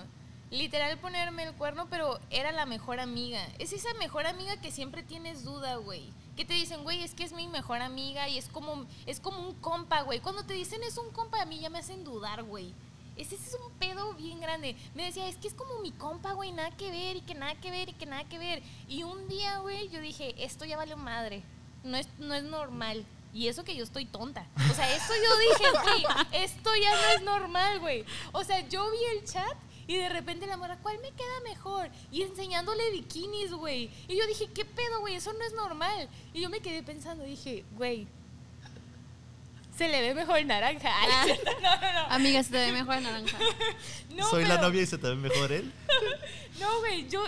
literal ponerme el cuerno, pero era la mejor amiga. Es esa mejor amiga que siempre tienes duda, güey. Que te dicen, güey, es que es mi mejor amiga y es como, es como un compa, güey. Cuando te dicen es un compa, a mí ya me hacen dudar, güey. Ese es un pedo bien grande. Me decía, es que es como mi compa, güey, nada que ver y que nada que ver y que nada que ver. Y un día, güey, yo dije, esto ya valió madre. No es, no es normal. Y eso que yo estoy tonta. O sea, eso yo dije, güey, esto ya no es normal, güey. O sea, yo vi el chat y de repente la morra, ¿cuál me queda mejor? Y enseñándole bikinis, güey. Y yo dije, ¿qué pedo, güey? Eso no es normal. Y yo me quedé pensando, dije, güey, se le ve mejor el naranja. Ay, no, no, no. Amiga, se te ve mejor el naranja. No, Soy la pero- novia y se te ve mejor él. No, güey, yo.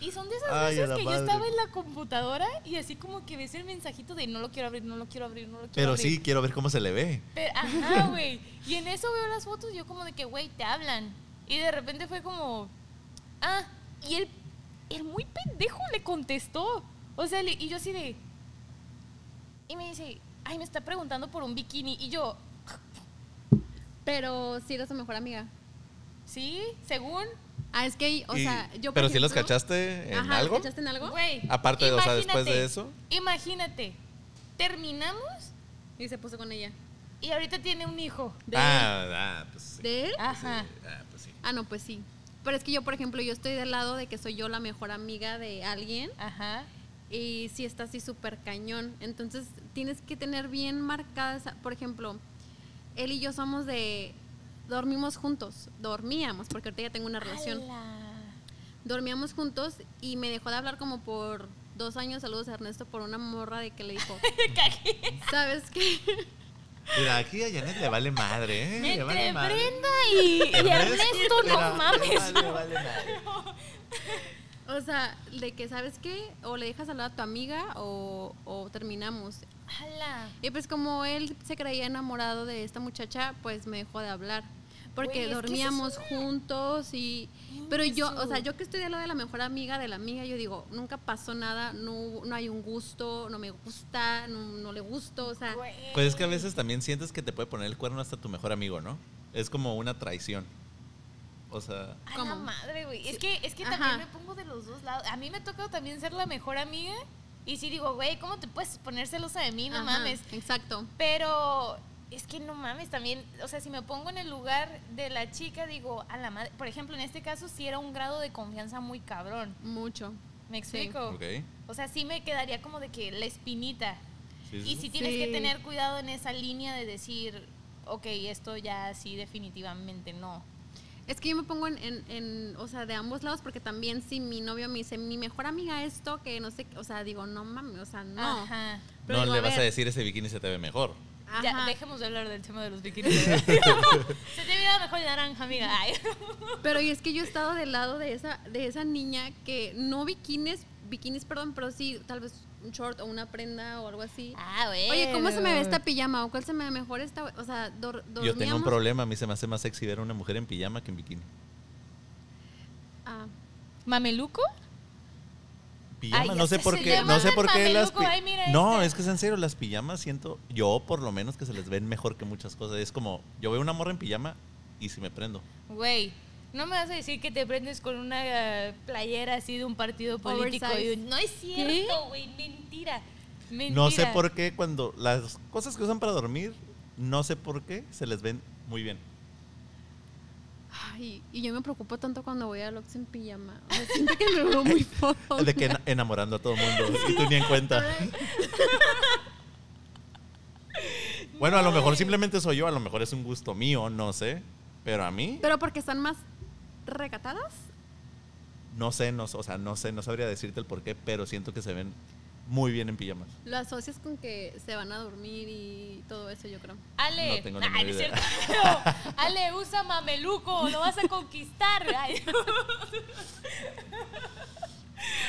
Y son de esas Ay, a veces la que yo madre. estaba en la computadora y así como que ves el mensajito de no lo quiero abrir, no lo quiero abrir, no lo quiero Pero abrir. sí, quiero ver cómo se le ve. Pero, ajá, güey. Y en eso veo las fotos y yo como de que, güey, te hablan. Y de repente fue como, ah, y él, el muy pendejo le contestó. O sea, le- y yo así de... Y me dice, ay, me está preguntando por un bikini. Y yo, Pero sí eres su mejor amiga. sí, según... Ah, es que, o Y- sea, yo. por pero si los ejemplo- cachaste en Ajá, ¿los algo. ¿Cachaste en algo? Güey. Aparte, o sea, después de imagínate, eso. Imagínate, terminamos Y se puso con ella. y ahorita tiene un hijo. ¿De, Ah, ah, pues sí. ¿De él? Ajá. Ah, pues sí. Ah, no, pues sí. Pero es que yo, por ejemplo, yo estoy del lado de que soy yo la mejor amiga de alguien Ajá. y si está así súper cañón. Entonces tienes que tener bien marcadas, por ejemplo, él y yo somos de, dormimos juntos, dormíamos, porque ahorita ya tengo una relación, Ala. dormíamos juntos y me dejó de hablar como por dos años, saludos a Ernesto, por una morra de que le dijo, ¿sabes qué? Mira, aquí a Janet le vale madre, ¿eh? Le Entre vale madre. Brenda y, y Ernesto, mira, no mames. Le vale madre. O sea, de que, ¿sabes qué? O le dejas hablar a tu amiga o, o terminamos. Ala. Y pues como él se creía enamorado de esta muchacha, pues me dejó de hablar. porque Güey, es que esa es dormíamos una- juntos y No, pero yo, eso. o sea, yo que estudié lo de la mejor amiga de la amiga, yo digo, nunca pasó nada, no, hubo- no hay un gusto, no me gusta, no, no le gusto, o sea, Güey. Pues es que a veces también sientes que te puede poner el cuerno hasta tu mejor amigo, ¿no? Es como una traición. O sea, A la ¿Cómo? madre, güey. Es que, es que Ajá. también me pongo de los dos lados. A mí me ha tocado también ser la mejor amiga. Y sí digo, güey, ¿cómo te puedes poner celosa de mí? No ajá, mames. Exacto. Pero es que no mames también. O sea, si me pongo en el lugar de la chica, digo, a la madre. Por ejemplo, en este caso sí era un grado de confianza muy cabrón. Mucho. ¿Me Sí. explico? ok. O sea, sí me quedaría como de que la espinita. Sí, sí, Y sí. sí tienes que Sí. tener cuidado en esa línea de decir, ok, esto ya sí definitivamente no. Es que yo me pongo en, en, en, o sea, de ambos lados, porque también si mi novio me dice, mi mejor amiga esto, que no sé, qué", o sea, digo, no mames, o sea, no. Ajá. Pero no digo, le a vas a ver, decir ese bikini se te ve mejor. Ya, ajá. dejemos de hablar del tema de los bikinis. Se te mira mejor de naranja, amiga. Ay. Pero y es que yo he estado del lado de esa, de esa niña que no bikinis, bikinis, perdón, pero sí, tal vez un short o una prenda o algo así. Ah, güey. Oye, ¿cómo se me ve esta pijama? ¿O cuál se me ve mejor esta? O sea, dor- Yo tengo un dormíamos- problema, a mí se me hace más sexy ver a una mujer en pijama que en bikini. Ah, ¿Mameluco? Pijama, Ay, no sé se por qué, llaman no sé por qué las mameluco, pi- ay, mira No, esta. es que es en serio, las pijamas siento yo por lo menos que se les ven mejor que muchas cosas. Es como yo veo una morra en pijama y si me prendo. Güey, no me vas a decir que te prendes con una eh, playera así de un partido político. Oversize. y un- No es cierto, güey. Mentira. Mentira. No sé por qué cuando las cosas que usan para dormir, no sé por qué se les ven muy bien. ay, y yo me preocupo tanto cuando voy al Ox en pijama. O sea, siento que me veo muy foto. De que ena- enamorando a todo mundo y tú ni en cuenta. Bueno, a lo mejor simplemente soy yo, a lo mejor es un gusto mío, no sé. Pero a mí, Pero porque están más recatadas. no sé, no, o sea, no sé, no sabría decirte el por qué, pero siento que se ven muy bien en pijamas. Lo asocias con que se van a dormir y todo eso, yo creo. Ale, No tengo ninguna Ay, no es idea. cierto. Ale, usa mameluco, lo vas a conquistar. Ay.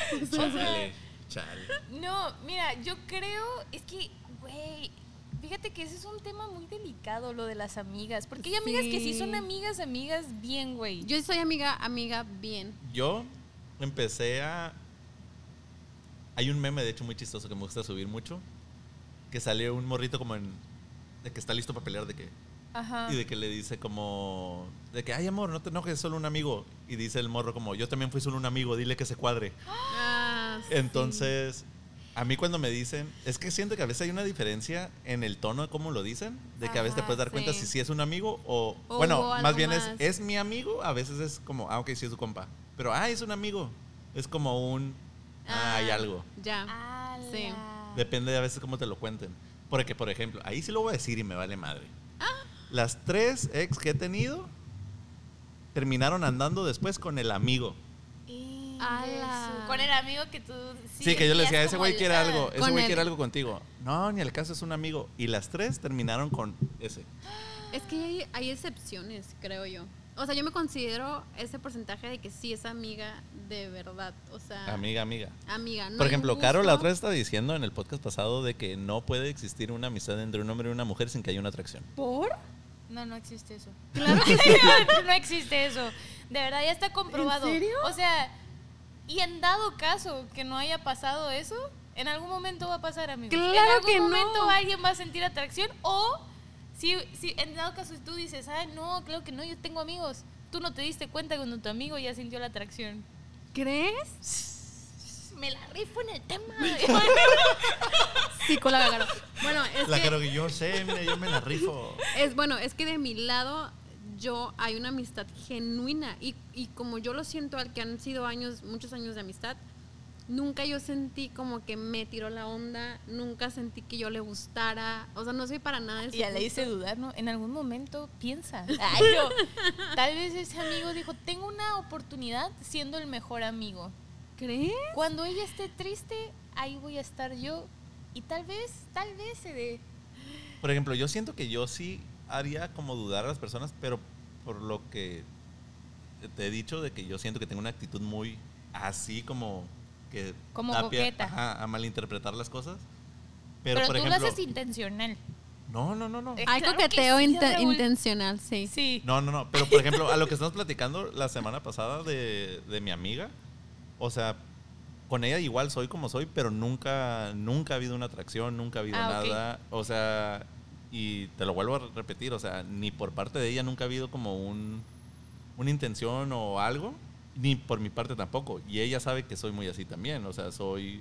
Chale, chale. No, mira, yo creo, es que, güey, fíjate que ese es un tema muy delicado, lo de las amigas, porque hay amigas que sí son Sí. amigas, amigas bien, güey. Yo soy amiga, amiga bien. Yo empecé a. Hay un meme, de hecho, muy chistoso que me gusta subir mucho. Que sale un morrito como en. De que está listo para pelear, de que. Ajá. Y de que le dice como. De que, ay, amor, no te enojes, solo un amigo. Y dice el morro como, yo también fui solo un amigo, dile que se cuadre. Ah, Eh, sí. Entonces, a mí cuando me dicen, es que siento que a veces hay una diferencia en el tono de cómo lo dicen, de que a veces te Ajá, puedes dar cuenta sí. si sí es un amigo o, O hubo bueno, más algo bien más. Es, es mi amigo, a veces es como, ah, ok, sí es tu compa, pero, ah, es un amigo, es como un, ah, hay Ah, algo. Ya. Ala. eh, Sí. Depende de a veces cómo te lo cuenten. Porque, por ejemplo, ahí sí lo voy a decir y me vale madre. Ah. Las tres ex que he tenido terminaron andando después con el amigo. Y Ala. eso, Con el amigo que tú... Sí, que yo le decía, sentías ese como güey el- quiere ah, algo, ese Con güey él. quiere algo contigo. No, ni el caso es un amigo. Y las tres terminaron con ese. Es que hay, hay excepciones, creo yo. O sea, yo me considero ese porcentaje de que sí es amiga de verdad. O sea, Amiga, amiga. amiga. Ah. No Por hay ejemplo, gusto. Caro la otra vez estaba diciendo en el podcast pasado de que no puede existir una amistad entre un hombre y una mujer sin que haya una atracción. ¿Por? No, no existe eso. Claro que no existe eso. De verdad, ya está comprobado. ¿En serio? O sea, y en dado caso que no haya pasado eso, en algún momento va a pasar, amigos. en Claro algún que no. momento alguien va a sentir atracción o si, si en dado caso tú dices, ah, no, claro que no, yo tengo amigos. Tú no te diste cuenta cuando tu amigo ya sintió la atracción. ¿Crees? Me la rifo en el tema. Sí, con la Caro. Bueno, es La que... Caro que yo sé, mira, yo me la rifo. Es, bueno, es que de mi lado yo hay una amistad genuina y, y como yo lo siento al que han sido años, muchos años de amistad, nunca yo sentí como que me tiró la onda, nunca sentí que yo le gustara, o sea, no soy para nada de Y ese Ah, ya le gusto. hice dudar, ¿no? En algún momento piensa. Ay, yo, tal vez ese amigo dijo, tengo una oportunidad siendo el mejor amigo. ¿Crees? Cuando ella esté triste, ahí voy a estar yo. Y tal vez, tal vez se dé. Por ejemplo, yo siento que yo sí haría como dudar a las personas, pero por lo que te he dicho de que yo siento que tengo una actitud muy así como que Como da pie coqueta. ajá, a malinterpretar las cosas. Pero, Pero, por tú ejemplo, lo haces intencional. No, no, no, no. Eh, Hay claro que coqueteo sí, inte- Raúl. intencional, sí. Sí. No, no, no. Pero por ejemplo, a lo que estamos platicando la semana pasada de, de mi amiga, o sea, con ella igual soy como soy, pero nunca, nunca ha habido una atracción, nunca ha habido Ah, ok. nada. O sea, y te lo vuelvo a repetir, o sea, ni por parte de ella nunca ha habido como un, una intención o algo, ni por mi parte tampoco. Y ella sabe que soy muy así también, o sea, soy...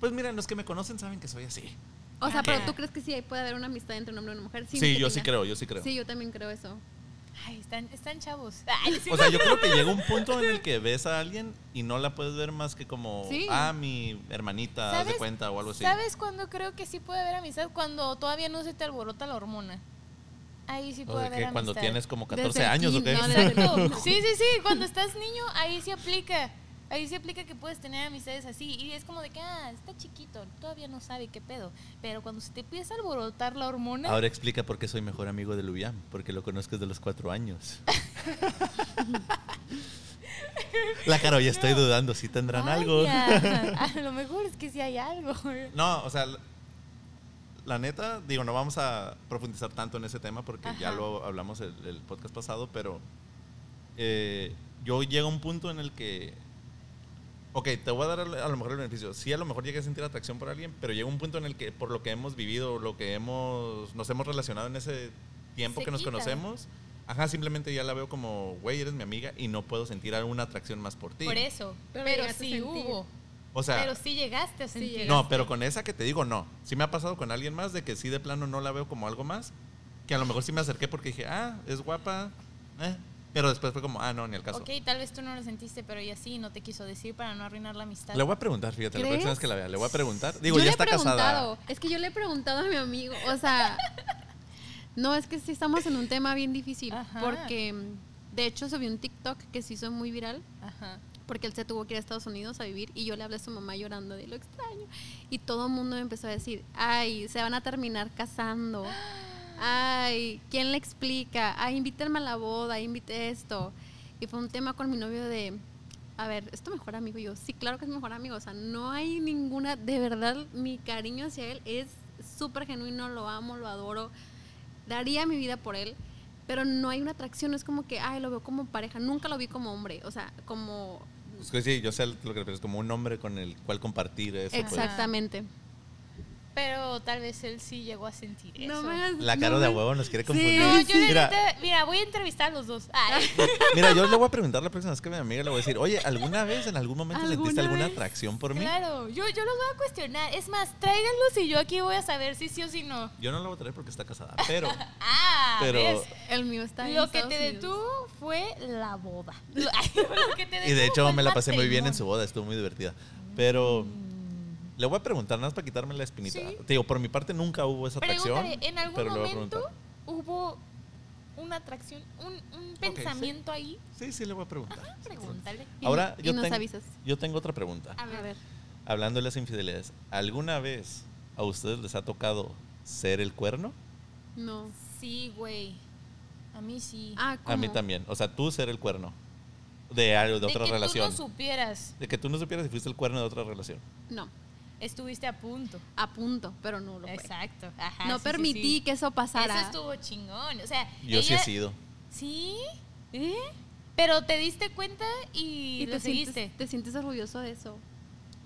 Pues mira, los que me conocen saben que soy así. O sea, Ah. pero tú crees que sí ahí puede haber una amistad entre un hombre y una mujer. sin sí, que yo sí tenga- creo, yo sí creo. Sí, yo también creo eso. Ay, están, están chavos. Ay, sí. O sea, yo creo que llega un punto en el que ves a alguien y no la puedes ver más que como, Sí. ah, mi hermanita, haz de ¿Sabes? cuenta o algo así. ¿Sabes cuándo creo que sí puede haber amistad? Cuando todavía no se te alborota la hormona. Ahí sí O puede sea, haber que amistad. cuando tienes como 14 Desde el años, ¿o qué? kinder, desde- Exacto. Sí, sí, sí. Cuando estás niño, ahí se aplica. Ahí se aplica que puedes tener amistades así. Y es como de que, ah, está chiquito, todavía no sabe qué pedo. Pero cuando se te empieza a alborotar la hormona. Ahora explica por qué soy mejor amigo de Lubián, porque lo conozco desde los 4 años. La Caro, ya estoy dudando si tendrán algo. vaya, A lo mejor es que sí hay algo. No, o sea, la- la neta, digo, no vamos a profundizar tanto en ese tema porque ya Ajá. lo hablamos el, el podcast pasado, pero eh, yo llego a un punto en el que, ok, te voy a dar a lo mejor el beneficio. Sí, a lo mejor llegué a sentir atracción por alguien, pero llega un punto en el que por lo que hemos vivido, lo que hemos, nos hemos relacionado en ese tiempo Se que nos quita. conocemos, ajá, simplemente ya la veo como, güey, eres mi amiga y no puedo sentir alguna atracción más por ti. Por eso. Pero Pero, llegaste a sí sentir. hubo. O sea, pero sí llegaste a Sí sentir. llegaste. no, pero con esa que te digo, no. Sí me ha pasado con alguien más de que sí de plano no la veo como algo más. Que a lo mejor sí me acerqué porque dije, ah, es guapa. eh, Pero después fue como, ah, no, ni el caso. Ok, tal vez tú no lo sentiste, pero ella sí no te quiso decir para no arruinar la amistad. Le voy a preguntar, fíjate, la próxima ¿Crees? vez que la vea, le voy a preguntar. Digo, yo ya le está he preguntado, casada. es que yo le he preguntado a mi amigo, o sea, no, es que sí estamos en un tema bien difícil, Ajá. porque mm, de hecho subí un TikTok que se hizo muy viral, Ajá. porque él se tuvo que ir a Estados Unidos a vivir y yo le hablé a su mamá llorando de lo extraño y todo el mundo me empezó a decir, ay, se van a terminar casando, ay, ¿quién le explica? Ay, invítenme a la boda, invite esto. Y fue un tema con mi novio de, a ver, ¿es tu mejor amigo? Y yo, sí, claro que es mi mejor amigo, o sea, no hay ninguna, de verdad, mi cariño hacia él es súper genuino, lo amo, lo adoro, daría mi vida por él, pero no hay una atracción, no es como que, ay, lo veo como pareja, nunca lo vi como hombre, o sea, como... Pues que sí, yo sé lo que le pienso, es como un hombre con el cual compartir eso. pues. Exactamente. Pero tal vez él sí llegó a sentir eso. hagas- La cara no de me- huevo nos quiere Sí, confundir. No, yo la Mira, neta- mira, voy a entrevistar a los dos. Ay, mira, yo le voy a preguntar la próxima vez que mi amiga le voy a decir, oye, ¿alguna vez, en algún momento sentiste ¿Alguna alguna vez? atracción por mí? claro, yo, yo los voy a cuestionar. Es más, tráiganlos y yo aquí voy a saber si sí o si no. Yo no la voy a traer porque está casada, pero... Ah, Pero- ¿ves? El mío está en Lo que Estados te Unidos. detuvo fue la boda. Lo, lo que te Y de detuvo fue hecho el me la pasé muy bien en su matrimonio. boda, estuvo muy divertida. Pero le voy a preguntar nada más para quitarme la espinita. Mm. Sí. Te digo, por mi parte nunca hubo esa atracción. Pregúntale, ¿en algún pero le voy a momento preguntar. hubo una atracción, un, un pensamiento ahí? Sí, sí, le voy a preguntar. Pregúntale. Y Ahora no- y yo, nos ten- avisas. yo tengo otra pregunta. Ah. A ver. Hablando de las infidelidades, ¿alguna vez a ustedes les ha tocado ser el cuerno? No. Sí, güey. A mí sí. Ah, ¿cómo? A mí también. O sea, tú ser el cuerno de algo, de, otra que relación. tú no supieras, de que tú no supieras si fuiste el cuerno de otra relación. No, estuviste a punto. a punto, pero no lo fue. Exacto. Ajá, No sí, sí, permití sí. que eso pasara. Eso estuvo chingón. O sea, Yo sí he ella- sido. ¿Sí? ¿Eh? Pero te diste cuenta y, Y lo te seguiste. sientes, te sientes orgulloso de eso.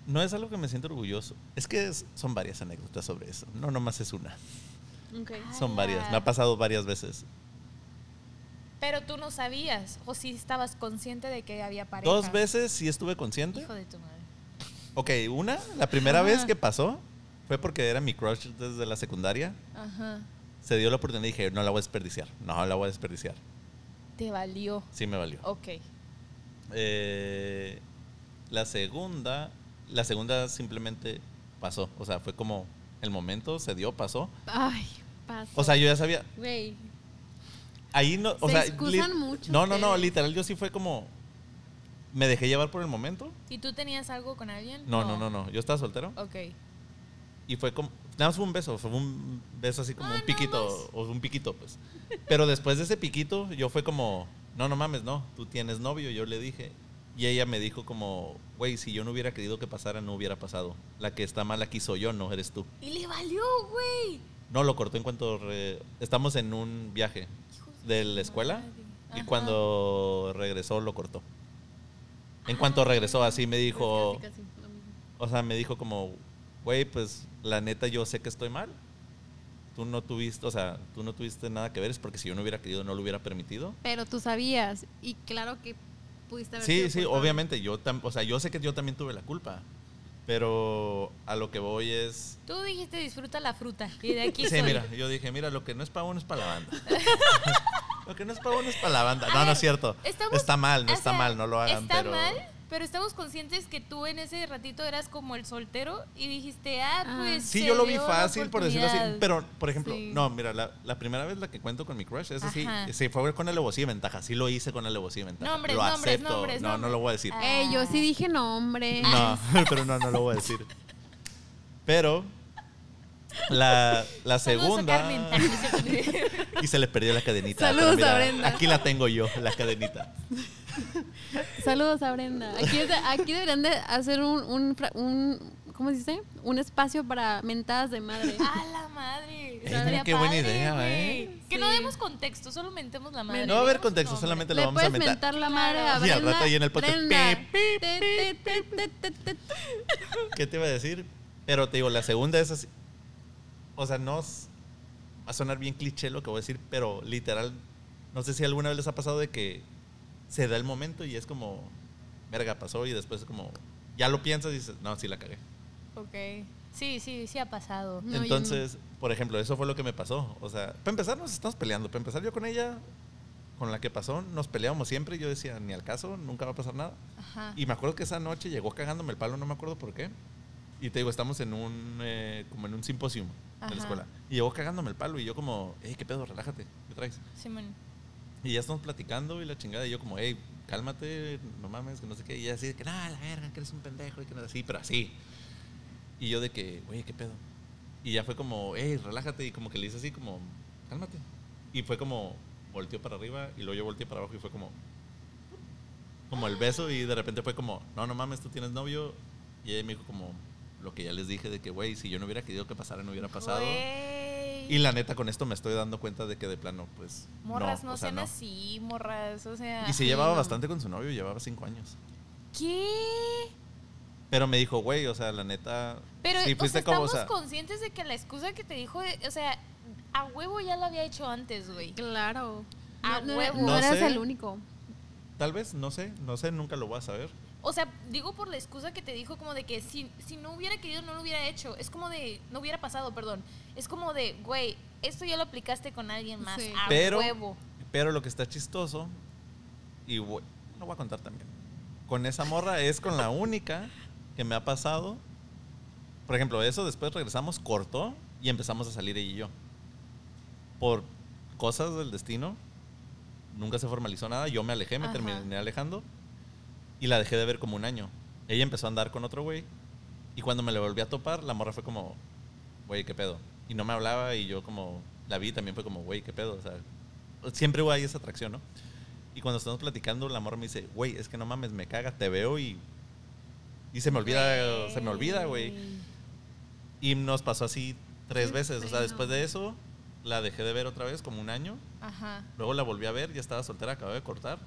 No es algo que me siento orgulloso. Es que es- son varias anécdotas sobre eso. No, nomás es una. Son varias, me ha pasado varias veces. Pero tú no sabías o sí estabas consciente de que había pareja. Dos veces sí estuve consciente. Hijo de tu madre. Ok, una, la primera Ah. vez que pasó fue porque era mi crush desde la secundaria. Ajá. Se dio la oportunidad y dije, no la voy a desperdiciar. No la voy a desperdiciar. Te valió. Sí me Oh. valió. Ok. Eh, la segunda, la segunda simplemente pasó. O sea, fue como el momento, se dio, pasó. Ay, pasa. O sea, yo ya sabía, güey. Ahí no, o Se sea, excusan lit- mucho No, no, no, ustedes. literal yo sí fue como me dejé llevar por el momento. ¿Y tú tenías algo con alguien? No, no, no, no, yo estaba soltero Ok. y fue como nada más fue un beso, fue un beso así como Ah, un nada piquito o un piquito pues. Pero después de ese piquito yo fue como, no, no mames, no, tú tienes novio, yo le dije y ella me dijo como, güey, si yo no hubiera querido que pasara no hubiera pasado. La que está mal aquí soy yo, no eres tú. Y le valió, güey. No, lo cortó en cuanto re- estamos en un viaje de la escuela y Ajá. cuando regresó lo cortó. En cuanto regresó así me dijo, Pues casi, casi lo mismo. o sea, me dijo como, güey, pues la neta yo sé que estoy mal. Tú no tuviste, o sea, tú no tuviste nada que ver, es porque si yo no hubiera querido no lo hubiera permitido. Pero tú sabías y claro que pudiste haber Sí, sido sí, culpable. obviamente yo tam- o sea, yo sé que yo también tuve la culpa, pero a lo que voy es Tú dijiste disfruta la fruta y de aquí Sí, soy. mira, yo dije, mira, lo que no es para uno es para la banda. lo que no es para uno es para la banda. No, no ver, es cierto. estamos- Está mal, no o está sea, mal, no lo hagan, Está pero mal, pero estamos conscientes que tú en ese ratito eras como el soltero y dijiste, ah, Ah. pues. Sí, se yo lo vi dio la fácil, por decirlo así. oportunidad. Pero, por ejemplo, Sí. no, mira, la, la primera vez la que cuento con mi crush, esa sí, Ajá. sí, fue con alevosía y ventaja. Sí lo hice con alevosía y ventaja. Nombres, lo nombres, acepto. nombres, no, no nombres. lo voy a decir. Ah. Eh, yo sí dije no, hombre. No, pero no, no lo voy a decir. Pero la, la Saludos a segunda. Carmen. Y se le perdió la cadenita. Saludos pero a Brenda. Aquí la tengo yo, la cadenita. Saludos a Brenda. Aquí, es de- aquí deberían de hacer un, un, fra- un- ¿cómo se dice? Un espacio para mentadas de madre. A la madre. Eh, Estaría qué buena padre, idea, güey. ¿eh? Que no Sí. demos contexto, solo mentemos la madre. No va a haber Digamos contexto, nombres. solamente lo Le vamos a puedes mentar. mentar la madre a Y Brenda. al rato ahí en el podcast, Brenda. pi, Te, te, te, te, te, te, te. ¿Qué te iba a decir? Pero te digo, la segunda es así. O sea, no s- va a sonar bien cliché lo que voy a decir, pero literal, no sé si alguna vez les ha pasado de que se da el momento y es como, verga, pasó y después es como, ya lo piensas y dices, no, sí la cagué. Ok. Sí, sí, sí ha pasado. Mm. No, yo no. Entonces, por ejemplo, eso fue lo que me pasó. O sea, para empezar nos estamos peleando. Para empezar yo con ella, con la que pasó, nos peleábamos siempre. Yo decía, ni al caso, nunca va a pasar nada. Ajá. Y me acuerdo que esa noche llegó cagándome el palo, no me acuerdo por qué. Y te digo, estamos en un, eh, como en un simposio en Ajá. la escuela. Y llegó cagándome el palo y yo como, hey, qué pedo, relájate, ¿qué traes? Simón. Y ya estamos platicando y la chingada. Y yo como, hey, cálmate, no mames, que no sé qué. Y ella así de que, nada, la verga, que eres un pendejo y que no así, pero así. Y yo de que, oye, qué pedo. Y ya fue como, hey, relájate. Y como que le hice así como, cálmate. Y fue como, volteó para arriba y luego yo volteé para abajo y fue como, como el beso. Y de repente fue como, no, no mames, tú tienes novio. Y ella me dijo como, lo que ya les dije de que, güey, si yo no hubiera querido que pasara, no hubiera pasado. Güey. Y la neta, con esto me estoy dando cuenta de que de plano, pues. Morras, no, o sea, sean así, morras, o sea. y se sí, llevaba no. bastante con su novio, llevaba cinco años. ¿Qué? Pero me dijo, güey, o sea, la neta. Pero sí, o sea, fuiste como, estamos o sea, conscientes de que la excusa que te dijo, eh, o sea, a huevo ya la había hecho antes, güey. Claro. A no, no- huevo. no No eras sé. el único. Tal vez, no sé, no sé, nunca lo voy a saber. O sea, digo por la excusa que te dijo como de que si, si no hubiera querido no lo hubiera hecho. Es como de, no hubiera pasado, perdón. Es como de, güey, esto ya lo aplicaste con alguien más. Sí. A Pero- huevo. Pero lo que está chistoso, y güey, lo voy a contar también. Con esa morra es con la única que me ha pasado. Por ejemplo, eso después regresamos, cortó y empezamos a salir ella y yo. Por cosas del destino, nunca se formalizó nada. Yo me alejé, me Ajá. terminé alejando y la dejé de ver como un año. Ella empezó a andar con otro güey y cuando me la volví a topar, la morra fue como, güey, ¿qué pedo? Y no me hablaba y yo como la vi también fue como, güey, ¿qué pedo? O sea, siempre hay esa atracción, ¿no? Y cuando estamos platicando, la morra me dice, güey, es que no mames, me caga, te veo y... Y se me olvida, se me olvida, güey. Y nos pasó así tres Qué veces. O sea, feo. después de eso, la dejé de ver otra vez como un año. Ajá. Luego la volví a ver, ya estaba soltera, acababa de cortar.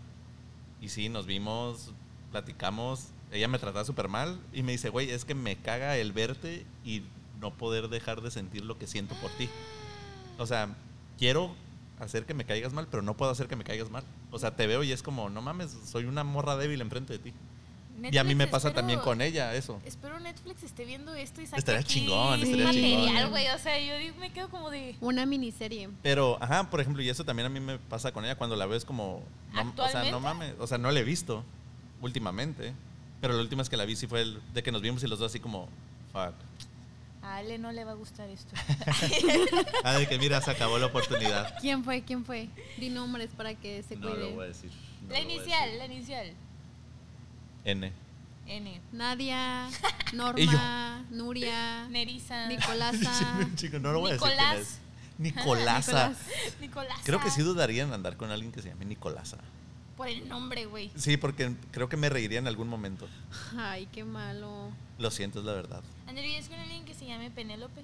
Y sí, nos vimos, platicamos. Ella me trataba súper mal y me dice, güey, es que me caga el verte y no poder dejar de sentir lo que siento por ti. O sea, quiero hacer que me caigas mal, pero no puedo hacer que me caigas mal. O sea, te veo y es como, no mames, soy una morra débil enfrente de ti. y a mí Netflix, me pasa espero- también con ella eso. Espero Netflix esté viendo esto y saque Estaría aquí chingón, ¿eh? estaría material, chingón. güey. O sea, yo digo- me quedo como de... Una miniserie. Pero, ajá, por ejemplo, y eso también a mí me pasa con ella cuando la veo es como, no, o sea, ¿Actualmente? no mames, o sea, no la he visto últimamente, pero la última vez que la vi sí fue el de que nos vimos y los dos así como, fuck. A Ale no le va a gustar esto. Ah, de que mira, se acabó la oportunidad. ¿Quién fue? ¿Quién fue? Di nombres para que se No lo voy a cuide. decir. no la lo voy a inicial, decir. la inicial. N. N. Nadia, Y yo. Norma, Nuria, Nerisa. Nicolasa. Chico, no lo voy a decir. quién es. Nicolasa. Nicolás. Nicolás. ah, Creo que sí dudaría en andar con alguien que se llame Nicolasa. Por el nombre, güey. Sí, porque creo que me reiría en algún momento. Ay, qué malo. Lo siento, es la verdad. Andrés, ¿es con alguien que se llame Penélope?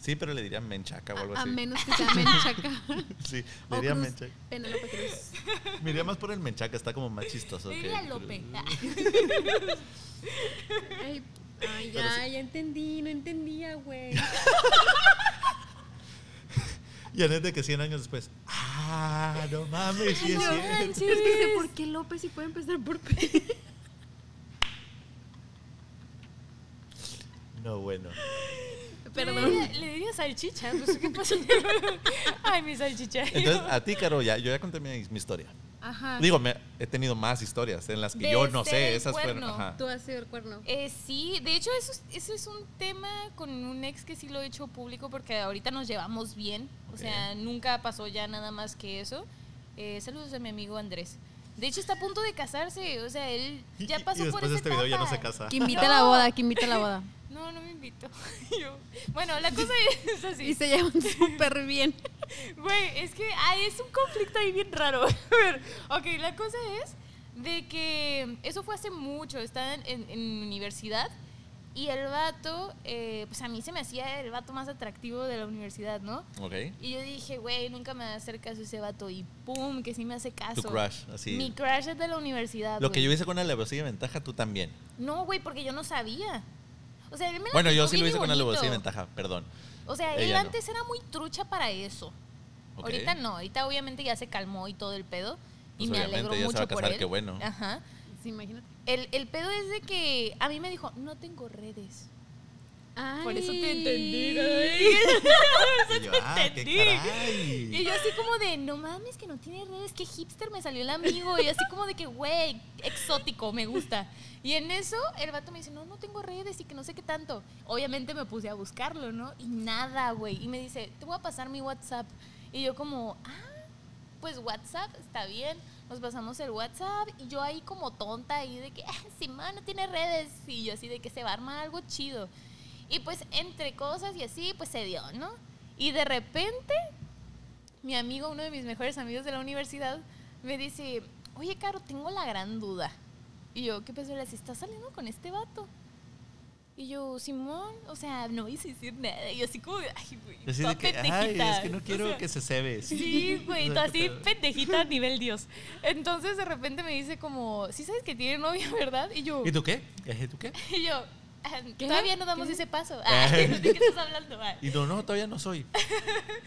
Sí, pero le diría menchaca o algo A, a así. menos que sea menchaca. Sí, O le diría Cruz, menchaca. Penélope Cruz. Me iría más por el menchaca, está como más chistoso. Le que diría Cruz. Lope. Ah, Ay, ay, Pero ya, ya entendí, no entendía, güey. Y Anette que 100 años después. Ah, no mames, sí es No cierto. manches. Es que sé por qué López y puede empezar por P. No, bueno. Le Perdón. diría, le diría salchicha. Pues, ¿qué pasa? Ay, mi salchicha. Entonces, a ti, Caro, ya, yo ya conté mi, mi historia. Ajá. Digo, me- he tenido más historias en las que yo Ah. Desde no sé, el esas fueron. cuerno. Ajá. Tú has sido el cuerno. Eh, sí, de hecho eso es, eso es un tema con un ex que sí lo he hecho público porque ahorita nos llevamos bien, o Ok. sea, nunca pasó ya nada más que eso. Eh, saludos a mi amigo Andrés. De hecho está a punto de casarse, o sea, él ya Y- pasó y por después esa de este video ya no etapa. se casa. Que invita a la boda, que invita a la boda. No, no me invitó. Yo- Bueno, la cosa es Y así. se llevan súper bien. Güey, es que ay, es un conflicto ahí bien raro. A ver, ok, la cosa es de que eso fue hace mucho, estaba en, en- en universidad y el vato, eh, pues a mí se me hacía el vato más atractivo de la universidad, ¿no? Ok. Y yo dije, güey, nunca me va a hacer caso ese vato y pum, que sí me hace caso. Tu crush, así. Mi crush es de la universidad. Lo que güey. yo hice con alevosía y ventaja, tú también. No, güey, porque yo no sabía. O sea, él me la Bueno, yo aplicó sí lo bien y hice con bonito. alevosía y ventaja, perdón. O sea, él Ella no. antes era muy trucha para eso. Ok. Ahorita no, ahorita obviamente ya se calmó y todo el pedo. Pues Y me obviamente, alegro ya se mucho va a por casar, él. qué bueno. Ajá. Sí, imagínate. El, el pedo es de que a mí me dijo, no tengo redes. Por eso te Ay. entendí, Y yo, ah, qué entendí. caray. Y yo así como de, no mames que no tiene redes, qué hipster me salió el amigo. Y así como de que, güey, exótico, me gusta. Y en eso el vato me dice, no, no tengo redes y que no sé qué tanto. Obviamente me puse a buscarlo, ¿no? Y nada, güey. Y me dice, te voy a pasar mi WhatsApp. Y yo como, ah, pues WhatsApp, está bien. Nos pasamos el WhatsApp y yo ahí como tonta ahí de que, ah, sí, man, no tiene redes. Y yo así de que se va a armar algo chido. Y pues entre cosas y así, pues se dio, ¿no? Y de repente, mi amigo, uno de mis mejores amigos de la universidad, me dice, oye, Caro, tengo la gran duda. Y yo, ¿qué pasó? Le dice, ¿estás saliendo con este vato? Y yo, Simón, o sea, no hice decir nada. Y yo así como, de, ay, güey, Así de toda que, ay, pendejita". es que no O quiero sea, que se cebe. Sí, güey, O tú sea, así qué pedo. pendejita a nivel Dios. Entonces de repente me dice como, ¿sí sabes que tiene novia, verdad? Y yo, ¿Y tú qué? ¿Y tú qué? y yo, "Ah, ¿Qué? todavía no damos ¿Qué? ese paso. Ah, ¿De qué estás hablando? Ah. Y no, no, todavía no soy.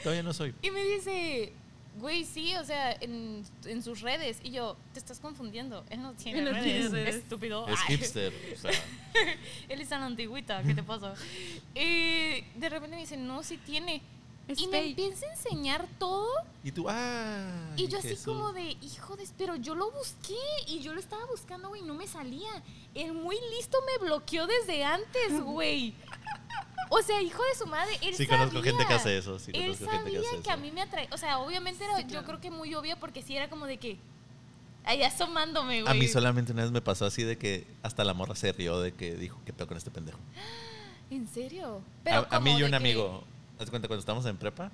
Todavía no soy. Y me dice, güey, sí, o sea, en, en sus redes. Y yo, te estás confundiendo. Él no tiene Él no redes, tiene redes. estúpido. Es Ay, hipster. O sea, Él es tan antigüita, ¿qué te pasa? y de repente me dice, no, sí tiene. Es y me fake. empieza a enseñar todo. y tú, ah. Y yo así como de, hijo de, pero yo lo busqué y yo lo estaba buscando, güey, no me salía. El muy listo me bloqueó desde antes, güey. O sea, hijo de su madre, él Sí, conozco sabía. gente que hace eso, sí, él conozco gente que sabía hace que, eso. a mí me atrae, o sea, obviamente era, Sí, claro. yo creo que muy obvia porque sí era como de que, ahí asomándome, güey. A mí solamente una vez me pasó así de que hasta la morra se rió de que dijo, ¿qué pedo con este pendejo? ¿En serio? A- a, como mí y de un que- amigo, haz de cuenta, cuando estábamos en prepa,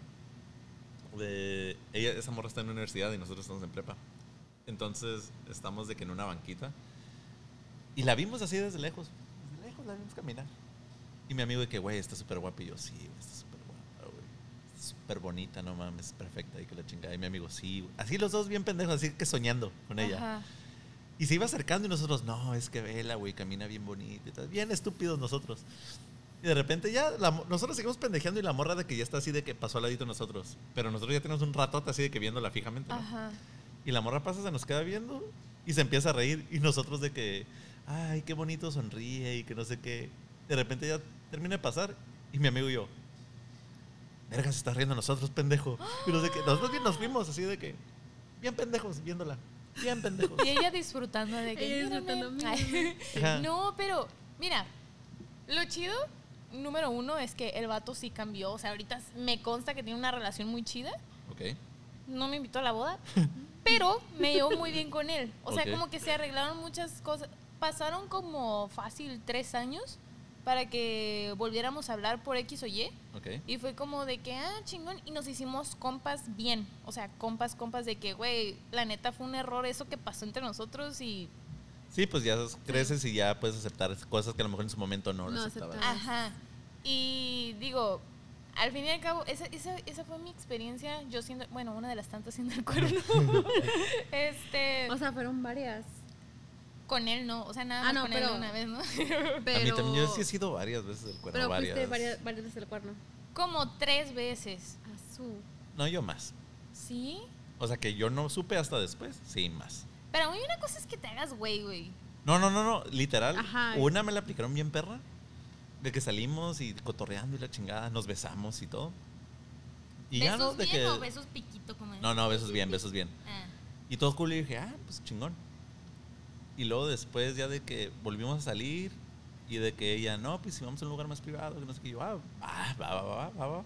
eh, ella, esa morra está en la universidad y nosotros estamos en prepa. Entonces estamos de que en una banquita. Y la vimos así desde lejos. Desde lejos la vimos caminar. Y mi amigo de que, güey, está súper guapa. Y yo, sí, güey, está súper guapa, güey. Está Súper bonita, no mames, perfecta. Y que la chingada. Y mi amigo, sí, güey. Así los dos bien pendejos, así que soñando con ella. Ajá. Y se iba acercando y nosotros, no, es que vela, güey, camina bien bonita y tal. Bien estúpidos nosotros. Y de repente ya, la mo- nosotros seguimos pendejeando y la morra de que ya está así de que pasó al ladito de nosotros. Pero nosotros ya tenemos un ratote así de que viéndola fijamente. ¿no? Ajá. Y la morra pasa, se nos queda viendo y se empieza a reír. Y nosotros de que, ay, qué bonito sonríe y que no sé qué. De repente ya termina de pasar y mi amigo y yo, verga, se está riendo de nosotros, pendejo. Y no sé qué. Nosotros bien nos fuimos así de que, bien pendejos viéndola. Bien pendejos. Y ella disfrutando de que. Ella "Mírame". disfrutando, Ay. Ajá. No, pero mira, lo chido, número uno, es que el vato sí cambió. O sea, ahorita me consta que tiene una relación muy chida. Ok. No me invitó a la boda, pero me llevo muy bien con él. O sea, Ok. como que se arreglaron muchas cosas. Pasaron como fácil tres años para que volviéramos a hablar por X o Y. Ok. Y fue como de que, ah, chingón. Y nos hicimos compas bien. O sea, compas, compas de que, güey, la neta fue un error eso que pasó entre nosotros y Sí, pues ya creces y ya puedes aceptar cosas que a lo mejor en su momento no, No las aceptabas. aceptabas. Ajá. Y digo, al fin y al cabo, esa, esa, esa fue mi experiencia, yo siendo, bueno, una de las tantas siendo el cuerno. este, O sea, fueron varias. con él no, o sea, nada más Ah, no, con él pero- una vez, ¿no? Pero, A mí también yo sí he sido varias veces el cuerno. Pero varias. fuiste varias, varias veces el cuerno. Como tres veces. A Ah, su. No, yo más. ¿Sí? O sea, que yo no supe hasta después. Sí, más. Pero a mí una cosa es que te hagas güey, güey. No, no, no, no. Literal. Ajá. Una me la aplicaron bien perra. De que salimos y cotorreando y la chingada. Nos besamos y todo. Y ya no, ¿Besos de bien que... o besos piquito? Como No, no, besos bien, besos bien. Ah. Y todo cool y dije, ah, pues chingón. Y luego después ya de que volvimos a salir y de que ella, no, pues si vamos a un lugar más privado, que no sé qué, Y yo, ah, va, va, va, va, va,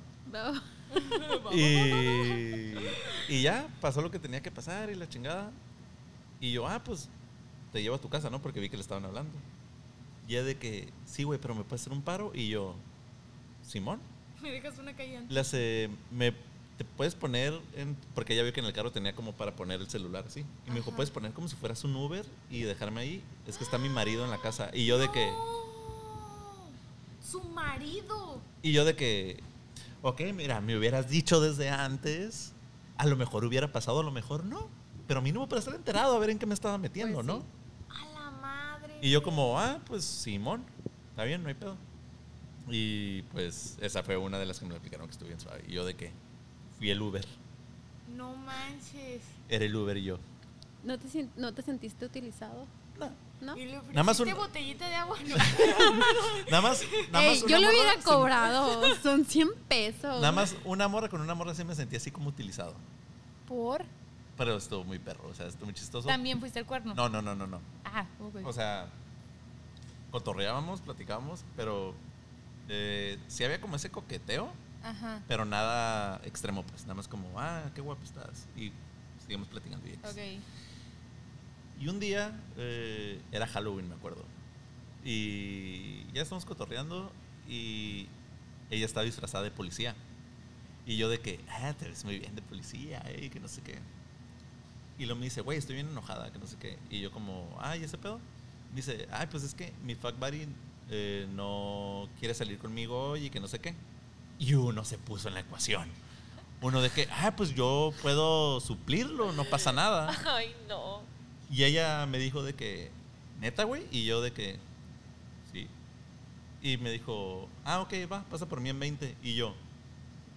va. Y, y ya, pasó lo que tenía que pasar y la chingada. Y yo, ah, pues te llevo a tu casa, ¿no? Porque vi que le estaban hablando. Y es de que, sí, güey, pero me puedes hacer un paro. Y yo, Simón, Me dejas una caída. le hace, eh, me, te puedes poner, en, porque ella vio que en el carro tenía como para poner el celular, ¿sí? Y me dijo, puedes poner como si fueras un Uber y dejarme ahí. Es que está mi marido en la casa. Y yo de que, Su marido. y yo de que, ok, mira, me hubieras dicho desde antes, a lo mejor hubiera pasado, a lo mejor no. Pero mínimo para estar enterado, a ver en qué me estaba metiendo, Pues ¿no? sí. A la madre. Y yo como, ah, pues Simón, está bien, no hay pedo. Y pues esa fue una de las que me aplicaron que estuve bien suave. Y yo de que fui el Uber. No manches. Era el Uber y yo. ¿No te, sien- ¿No te sentiste utilizado? No. ¿No? Y le ofreciste Nada más un- botellita de agua. Nada más, nada Ey, más una yo lo morra hubiera se- cobrado. Son 100 pesos. Nada más una morra con una morra sí me sentí así como utilizado. ¿Por? Pero estuvo muy perro, o sea, estuvo muy chistoso. También fuiste el cuerno. No, no, no, no, no. Ah, ok. O sea, cotorreábamos, platicábamos, pero eh, sí había como ese coqueteo, Ajá. pero nada extremo, pues. Nada más como, ah, qué guapo estás. Y seguimos platicando. Y, X. Ok. Y un día eh, era Halloween, me acuerdo. Y ya estamos cotorreando y ella estaba disfrazada de policía. Y yo de que, ah, te ves muy bien de policía, eh, que no sé qué. Y lo me dice, güey, estoy bien enojada, que no sé qué. Y yo como, ay, ese pedo. Me dice, ay, pues es que mi fuck buddy eh, no quiere salir conmigo hoy y que no sé qué. Y uno se puso en la ecuación. Uno de que, ah, pues yo puedo suplirlo, no pasa nada. Ay, no. Y ella me dijo de que, neta, güey. Y yo de que, sí. Y me dijo, ah, ok, va, pasa por mí en 20. Y yo,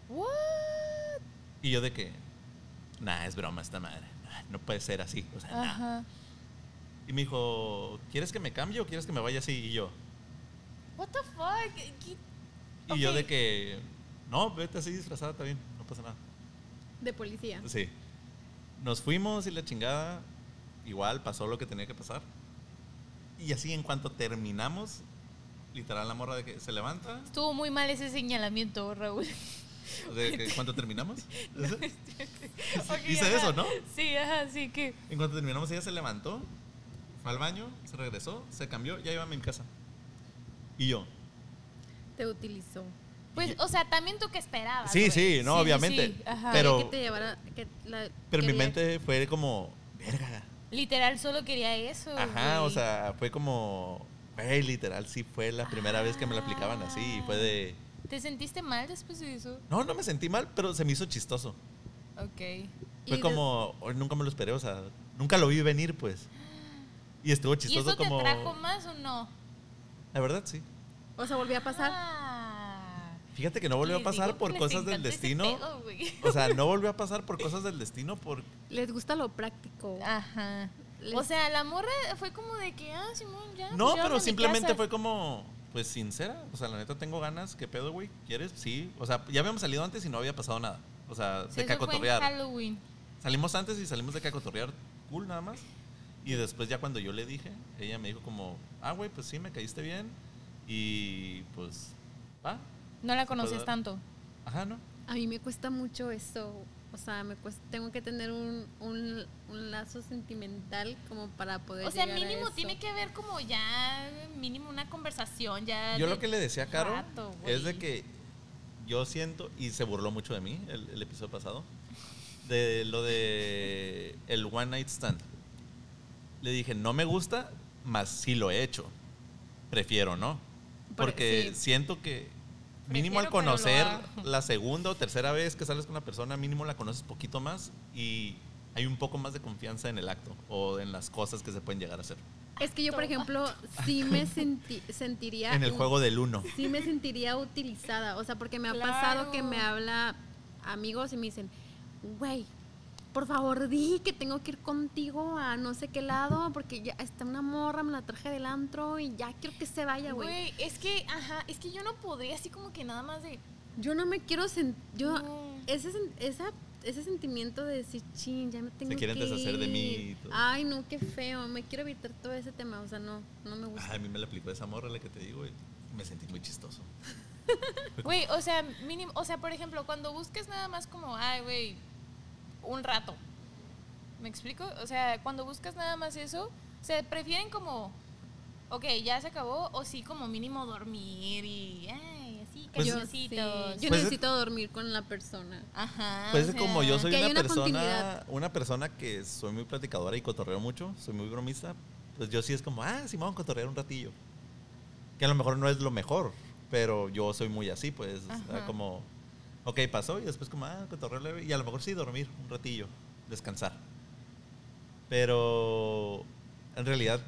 What? y yo de que, nah, es broma esta madre. Nah, No puede ser así. O sea, nah. Ajá. Y me dijo, ¿quieres que me cambie o quieres que me vaya así? Y yo, What the fuck? ¿Qué- y yo de Ok. que, no, vete así disfrazada también, no pasa nada. De policía. Sí. Nos fuimos y la chingada, igual pasó lo que tenía que pasar. Y así en cuanto terminamos, literal la morra de que se levanta. Estuvo muy mal ese señalamiento, Raúl. O sea, que en cuanto terminamos. Ok, Hice ajá. eso, ¿no? Sí, ajá, sí que. En cuanto terminamos, ella se levantó, fue al baño, se regresó, se cambió, ya iba a mi casa. Y yo. Te utilizó. Y- Pues, o sea, también tú que esperabas. Sí, güey. sí, no, Sí, obviamente. sí, ajá. Pero, Quería que te llevara- que la- pero en mi quería- mente fue como, verga. Literal, solo quería eso. Ajá, o güey. sea, fue como, güey, literal, sí fue la primera vez que me la aplicaban así. Y fue de, ¿Te sentiste mal después de eso? no, no me sentí mal, pero se me hizo chistoso. Ok. y Fue de- como, "Ay, nunca me lo esperé, o sea, nunca lo vi venir, pues. Y estuvo ¿Y chistoso eso como. te trajo más o no? La verdad, sí. O sea, volvió a pasar. Ah. Fíjate que no volvió a Les pasar digo por que les cosas del encanta ese destino. pedo, güey. O sea, no volvió a pasar por cosas del destino por Les gusta lo práctico. Ah. Ajá. Les- O sea, la morra fue como de que, ah, Simón, ya. No, pues, llévame a pero mi simplemente casa. fue como pues sincera, o sea, la neta tengo ganas, qué pedo, güey, ¿quieres? Sí, o sea, ya habíamos salido antes y no había pasado nada. O sea, Sí, de eso fue en cacotorrear. Halloween. Salimos antes y salimos de cacotorrear cool nada más. Y después ya cuando yo le dije, ella me dijo como, "Ah, güey, pues sí, me caíste bien." Y pues va. No la puede conocías dar. tanto. Ajá, ¿no? A mí me cuesta mucho eso. O sea, me cuesta, tengo que tener un, un, un lazo sentimental como para poder. O sea, llegar a mínimo eso. tiene que ver como ya, mínimo una conversación, ya. Yo de- lo que le decía a Caro rato, güey. es de que yo siento, y se burló mucho de mí el, el episodio pasado, de lo de el One Night Stand. Le dije, no me gusta, mas sí lo he hecho. Prefiero no. Por- Porque sí. siento que mínimo al Prefiero, pero lo conocer hago. la segunda o tercera vez que sales con una persona, mínimo la conoces poquito más y hay un poco más de confianza en el acto o en las cosas que se pueden llegar a hacer. Es que yo, por ejemplo, sí me senti- sentiría... En el u- juego del uno. Sí me sentiría utilizada. O sea, porque me ha Claro. pasado que me habla amigos y me dicen, güey, por favor di que tengo que ir contigo a no sé qué lado porque ya está una morra, me la traje del antro y ya quiero que se vaya, güey. Güey, es que, ajá, es que yo no podría así como que nada más de. Yo no me quiero sentir... Yo, No. ese, sen- esa, ese sentimiento de decir, chin, ya me tengo que quieren deshacer de mí y ir". todo. Ay, no, qué feo. Me quiero evitar todo ese tema. O sea, no, no me gusta. Ah, a mí me la aplicó esa morra la que te digo y me sentí muy chistoso. Güey, o sea, mínimo, o sea, por ejemplo, cuando busques nada más como, ay, güey, un rato. ¿Me explico? O sea, cuando buscas nada más eso, se prefieren como, ok, ya se acabó, o sí, como mínimo dormir y, ay, así, Pues- yo sí. cariñositos. Yo Pues- necesito dormir con la persona. Ajá. Pues o es como yo sea, soy que hay una, una persona, continuidad. una persona que soy muy platicadora y cotorreo mucho, soy muy bromista, pues yo sí es como, ah, sí, me vamos a cotorrear un ratillo. Que a lo mejor no es lo mejor, pero yo soy muy así, pues, o sea, Ajá. como, ok, pasó y después como, ah, cotorreo leve", y a lo mejor sí dormir un ratillo, descansar. Pero en realidad,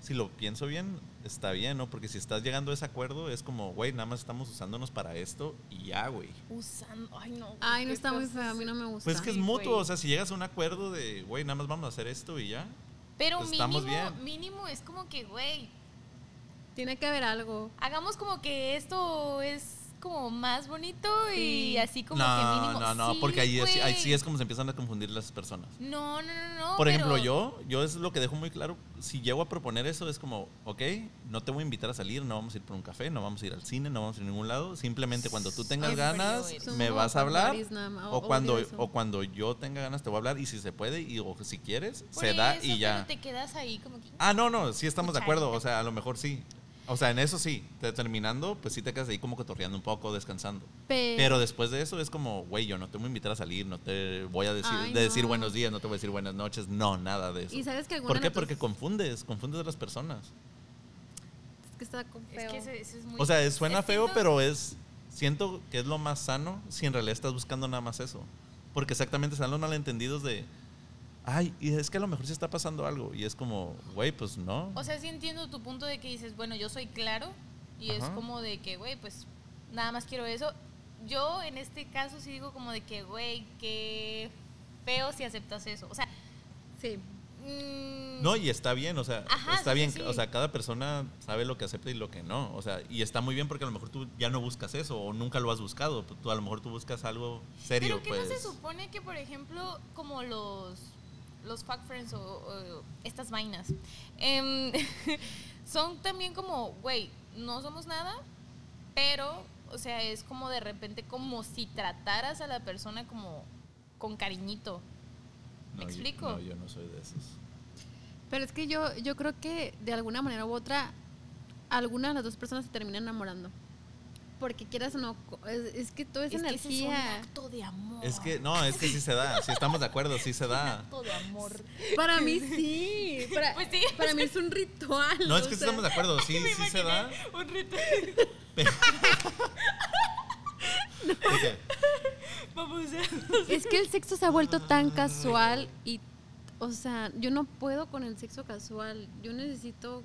si lo pienso bien, está bien, ¿no? Porque si estás llegando a ese acuerdo, es como, güey, nada más estamos usándonos para esto y ya, güey. Usando, ay, no. güey, Ay, no qué está muy cosas. feo, a mí no me gusta. Pues es que es Sí, mutuo, güey. o sea, si llegas a un acuerdo de, güey, nada más vamos a hacer esto y ya. Pero pues, mínimo, estamos bien. mínimo es como que, güey, Tiene que haber algo. hagamos como que esto es como más bonito Sí. y así como no, que mínimo. no, no, Sí, porque ahí, es- ahí güey. sí es como se empiezan a confundir las personas. No, no, no, no. Por ejemplo, pero- yo, yo es lo que dejo muy claro, si llego a proponer eso es como, ok, no te voy a invitar a salir, no vamos a ir por un café, no vamos a ir al cine, no vamos a ir a ningún lado, simplemente cuando tú tengas Ay, frío ganas, eres. Son me como vas a hablar, vulgares nada más, o odio cuando, eso. o cuando yo tenga ganas te voy a hablar y si se puede, y, o si quieres, Por se da eso, y ya. pero te quedas ahí como que. Ah, no, no, sí estamos de acuerdo. Cucharita. O sea, a lo mejor sí. O sea, en eso sí. Te- Terminando, pues sí te quedas ahí como cotorreando un poco, descansando. Eh. Pero, Pero después de eso es como, güey, yo no te voy a invitar a salir, no te voy a decir, Ay, de decir no. buenos días, no te voy a decir buenas noches, no, nada de eso. y sabes que alguna ¿Por qué? noticia- Porque confundes, confundes a las personas. es que está con Es feo. que eso, eso es muy. O sea, es- suena es que feo, no- pero es, siento que es lo más sano si en realidad estás buscando nada más eso. Porque exactamente salen los malentendidos de, ay, y es que a lo mejor sí está pasando algo. Y es como, güey, pues no. O sea, sí entiendo tu punto de que dices, bueno, yo soy claro y es Ajá. como de que, güey, pues nada más quiero eso. Yo en este caso sí digo como de que, güey, qué feo si aceptas eso. O sea, Sí. mm, No, y está bien, o sea, Ajá, está sí, bien, sí. o sea, cada persona sabe lo que acepta y lo que no, o sea, y está muy bien porque a lo mejor tú ya no buscas eso o nunca lo has buscado, pues, tú a lo mejor tú buscas algo serio, Pero que pues. no se supone que, por ejemplo, como los los fuck friends o, o estas vainas em, son también como, güey, no somos nada, pero, o sea, es como de repente como si trataras a la persona como con cariñito. No, yo- explico? no, yo no soy de esos. Pero es que yo, yo creo que de alguna manera u otra, alguna de las dos personas se terminan enamorando. Porque quieras o no, co- es, es que toda esa Es que ese es un energía. acto de amor. Es que no, es que sí se da, si estamos de acuerdo, sí se da. Acto de amor. Para mí sí. Para, Pues sí. para mí es un ritual. No, es o que sí sea, estamos de acuerdo, sí, sí se da. Un rito. pero- ¿De qué? Vamos a... Es que el sexo se ha vuelto tan casual y, o sea, yo no puedo con el sexo casual. Yo necesito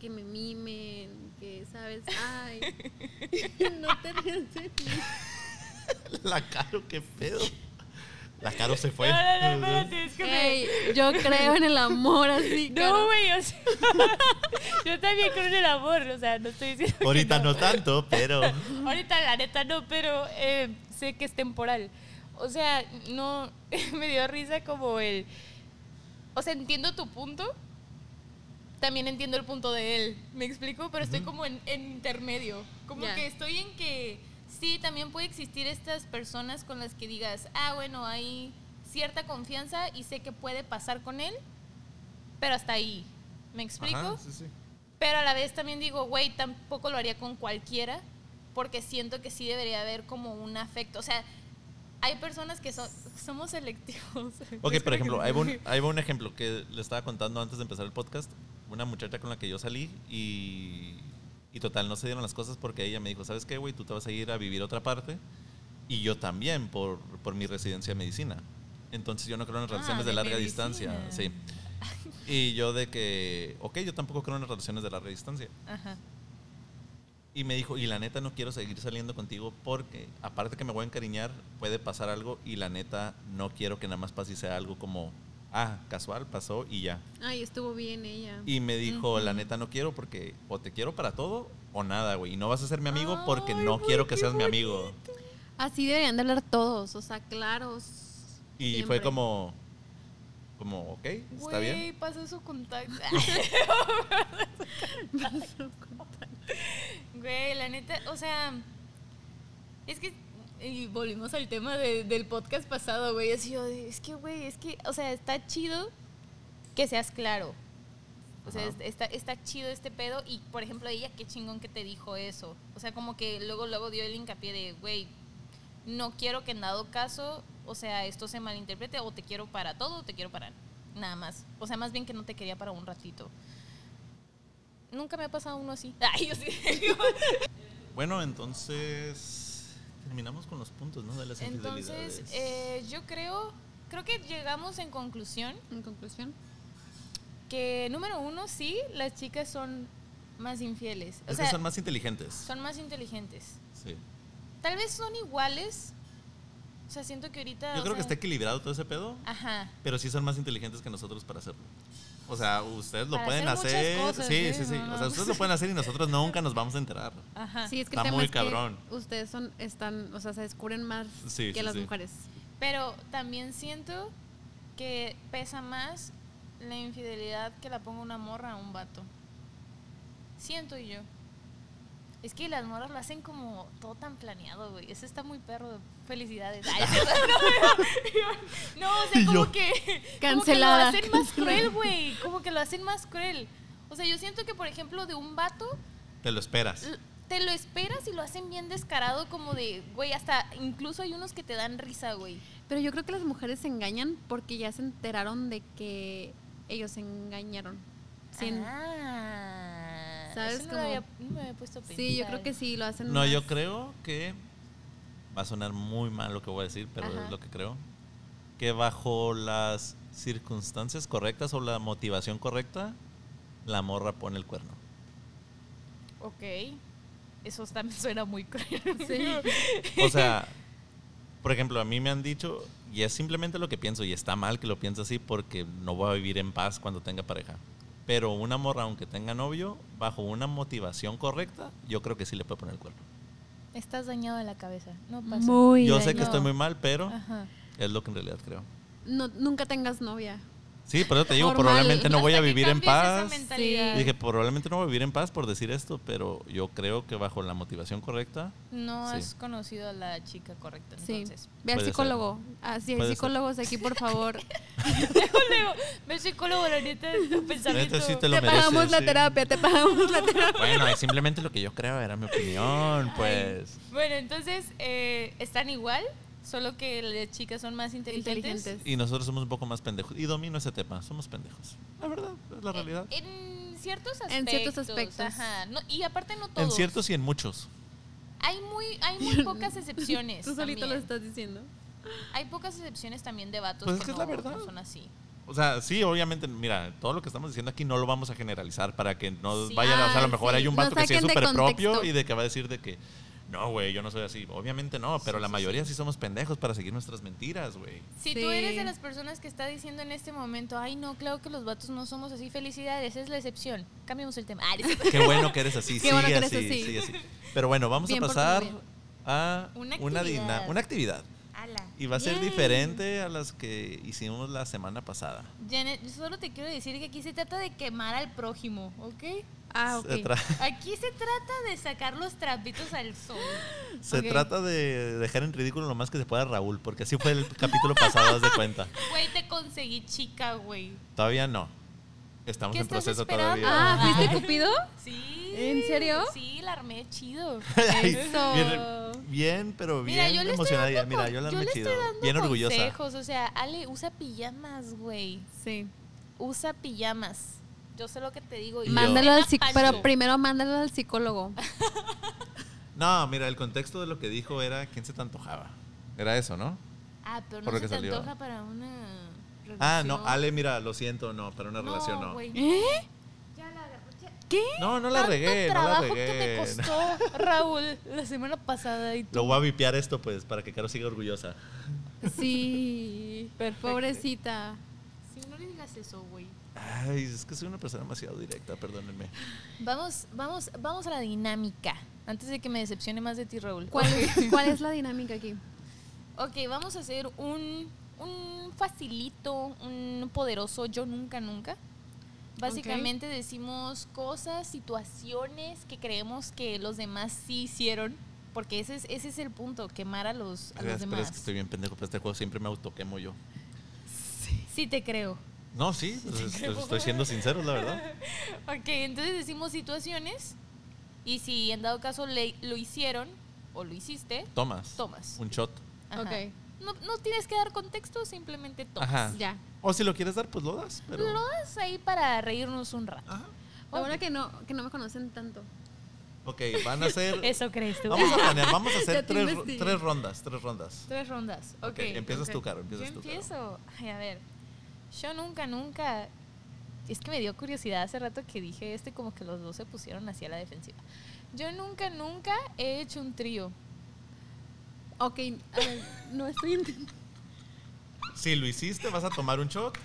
que me mimen, que, ¿sabes? Ay, no te rías de mí. La caro, qué pedo. La caro se fue. No, no, no, espérate, es que me- Ey, yo creo en el amor así. No, Caro. güey, o sea, yo también creo en el amor, o sea, no estoy diciendo que Ahorita no. no tanto, pero Ahorita la neta no, pero eh, sé que es temporal. O sea, no, me dio risa como el... O sea, entiendo tu punto, también entiendo el punto de él, me explico, pero estoy Ujú. como en, en intermedio. Como Ya. que estoy en que sí, también puede existir estas personas con las que digas, ah, bueno, hay cierta confianza y sé que puede pasar con él, pero hasta ahí. ¿Me explico? Ajá, sí, sí. Pero a la vez también digo, güey, tampoco lo haría con cualquiera, porque siento que sí debería haber como un afecto. O sea, hay personas que son, somos selectivos. Ok, por ejemplo, hay un, ahí va un ejemplo que le estaba contando antes de empezar el podcast. Una muchacha con la que yo salí y Y total, no se dieron las cosas porque ella me dijo, ¿sabes qué, güey? Tú te vas a ir a vivir a otra parte. Y yo también, por, por mi residencia de medicina. Entonces yo no creo en las Ah, relaciones de de larga medicina. distancia. Sí. Y yo de que, ok, yo tampoco creo en las relaciones de larga distancia. Ajá. Y me dijo, y la neta no quiero seguir saliendo contigo porque, aparte que me voy a encariñar, puede pasar algo y la neta no quiero que nada más pase y sea algo como, ah, casual, pasó y ya. Ay, estuvo bien ella. Y me dijo, la neta no quiero porque o te quiero para todo o nada, güey. Y no vas a ser mi amigo porque no quiero que seas mi amigo. Así deberían de hablar todos, o sea, claros. Y siempre. fue como, como, ok, está bien. Güey, pasó su contacto. Güey, la neta, o sea, es que y volvimos al tema de- del podcast pasado, güey. Así yo, de, es que, güey, es que, o sea, está chido que seas claro. O sea, Ajá. es- está, está chido este pedo. Y, por ejemplo, ella, qué chingón que te dijo eso. O sea, como que luego, luego dio el hincapié de, güey, no quiero que en dado caso, o sea, esto se malinterprete. O te quiero para todo o te quiero para nada más. O sea, más bien que no te quería para un ratito. Nunca me ha pasado uno así. Ay, yo sí. Bueno, entonces terminamos con los puntos, ¿no? De las Entonces, infidelidades. eh, yo creo, creo que llegamos en conclusión En conclusión. que número uno, sí, las chicas son más infieles. O es sea, que son más inteligentes. son más inteligentes. Sí. Tal vez son iguales. O sea, siento que ahorita... Yo o creo que sea, está equilibrado todo ese pedo, Ajá. pero sí son más inteligentes que nosotros para hacerlo. O sea, ustedes lo Para pueden hacer hacer. muchas cosas, sí, ¿eh? sí, sí. No, O sea, no. ustedes lo pueden hacer y nosotros nunca nos vamos a enterar. Ajá. Sí, es que Está el tema muy es que cabrón. ustedes son, están, o sea, se descubren más Sí, que sí, las sí. mujeres. Pero también siento que pesa más la infidelidad que la ponga una morra a un vato. Siento yo. Es que las morras lo hacen como todo tan planeado, güey. Ese está muy perro. Felicidades. Ay, no, o sea, Y como yo. que. Cancelada. Como que lo hacen más cruel, güey. Como que lo hacen más cruel. O sea, yo siento que, por ejemplo, de un vato, Te lo esperas. l- te lo esperas y lo hacen bien descarado, como de, güey, hasta incluso hay unos que te dan risa, güey. Pero yo creo que las mujeres se engañan porque ya se enteraron de que ellos se engañaron. Sí, en- Ah, ¿Sabes eso no lo cómo? había- no me había puesto a sí, yo pensar. creo que sí lo hacen. No, más. yo creo que va a sonar muy mal lo que voy a decir, pero Ajá. es lo que creo. Que bajo las circunstancias correctas o la motivación correcta, la morra pone el cuerno. Ok. Eso también suena muy cruel. Sí. O sea, por ejemplo, a mí me han dicho, y es simplemente lo que pienso, y está mal que lo piense así porque no voy a vivir en paz cuando tenga pareja. Pero una morra, aunque tenga novio, bajo una motivación correcta, yo creo que sí le puede poner el cuerno. Estás dañado de la cabeza. No Ah. pasa. Muy Yo sé que daño. estoy muy mal, pero Ajá. es lo que en realidad creo. No, nunca tengas novia. Sí, por eso te digo, Normal. probablemente no voy a Hasta que vivir en cambies esa paz. mentalidad. Sí. Dije, probablemente no voy a vivir en paz por decir esto, pero yo creo que bajo la motivación correcta, No Sí. has conocido a la chica correcta, Sí. entonces. Ve al Puede ser. psicólogo. Ah, si hay Puede ser. psicólogos aquí, por favor. Ve al psicólogo, la neta, tu pensamiento. neta sí te lo te mereces. pagamos la sí. terapia, te pagamos la terapia. Bueno, es simplemente lo que yo creo, era mi opinión, pues. Bueno, entonces, eh, están igual, solo que las chicas son más inteligentes. Inteligentes. Y nosotros somos un poco más pendejos. Y domino ese tema, somos pendejos. La verdad, es Eh, la realidad. En ciertos aspectos. En ciertos aspectos. Ajá. No, y aparte no todos. En ciertos y en muchos. Hay muy, hay muy pocas excepciones. Tú solito lo también. estás diciendo. Hay pocas excepciones también de vatos Pues es que, que es no, la verdad. no son así. O sea, sí, obviamente, mira, todo lo que estamos diciendo aquí no lo vamos a generalizar para que no Sí. vayan, o sea, a lo Ay, mejor sí. hay un No vato que sí es saquen de súper propio contexto. y de que va a decir de que, no, güey, yo no soy así. Obviamente no, pero la mayoría sí somos pendejos para seguir nuestras mentiras, güey. Si Sí. tú eres de las personas que está diciendo en este momento, ay, no, claro que los vatos no somos así, felicidades, es la excepción. Cambiemos el tema. Ah, eres- Qué bueno que eres así, Qué sigue bueno que eres así, así. sigue así. Pero bueno, vamos Bien a por tu pasar novia. a una, Una dina- actividad. una actividad. Ala. Y va a ser Yay. diferente a las que hicimos la semana pasada. Janet, yo solo te quiero decir que aquí se trata de quemar al prójimo, ¿ok? Ah, Se, ok. tra- Aquí se trata de sacar los trapitos al sol. se Ok. trata de dejar en ridículo lo más que se pueda a Raúl, porque así fue el capítulo pasado, haz de cuenta. Güey, te conseguí chica, güey. Todavía no. Estamos ¿Qué en estás proceso esperando? todavía. Ah, ¿fuiste Cupido? Sí. ¿En serio? Sí, la armé chido. Ay, Eso. bien, bien, pero bien Ah, Mira, yo le estoy emocionada. ya. dando Mira, con- yo la yo armé le chido. estoy dando Bien orgullosa. consejos, o sea, Ale, usa pijamas, güey. Sí. Usa pijamas. yo sé lo que te digo. Y Y yo- Mándalo al Elena psic- pero Pancho. primero mándalo al psicólogo. No, mira, el contexto de lo que dijo era quién se te antojaba. Era eso, ¿no? Ah, pero Por lo no se que te salió. antoja para una relación. Ah, no, Ale, mira, lo siento, no, para una relación no. No, güey. ¿Eh? No, no la regué, no la trabajo que regué. me costó Raúl la semana pasada y Lo voy a vipear esto, pues, para que Caro siga orgullosa. Sí. Pobrecita. Sí, no le digas eso, güey. Ay, es que soy una persona demasiado directa, perdónenme. Vamos, vamos, vamos a la dinámica. Antes de que me decepcione más de ti, Raúl. ¿Cuál, cuál es la dinámica aquí? Ok, vamos a hacer un, un facilito, un poderoso yo nunca, nunca. Básicamente decimos cosas, situaciones que creemos que los demás sí hicieron. Porque ese es, ese es el punto, quemar a los, a Pero los demás. es que estoy bien pendejo para este juego, siempre me autoquemo yo. Sí te creo. No, sí, pues, es- estoy siendo sincero, la verdad. Ok, entonces decimos situaciones y si en dado caso le- lo hicieron o lo hiciste, Tomas. tomas. Un shot. Ajá. Ok. No, no tienes que dar contexto, simplemente tomas. Ajá. Ya. O si lo quieres dar, pues lo das, pero... Lo das ahí para reírnos un rato. Ajá. Lo bueno que no, que no me conocen tanto. Ok, van a ser... Eso crees tú. Vamos a planear, vamos a Ya hacer te tres, investigué. tres rondas, tres rondas. Tres rondas. Ok. Ok, empiezas tú, Caro, Yo empiezas tú. Caro. empiezo. Ay, a ver. Yo nunca, nunca. Es que me dio curiosidad hace rato que dije este, como que los dos se pusieron hacia la defensiva. Yo nunca, nunca he hecho un trío. Ok, a ver, no estoy entendiendo. Si lo hiciste, vas a tomar un shot.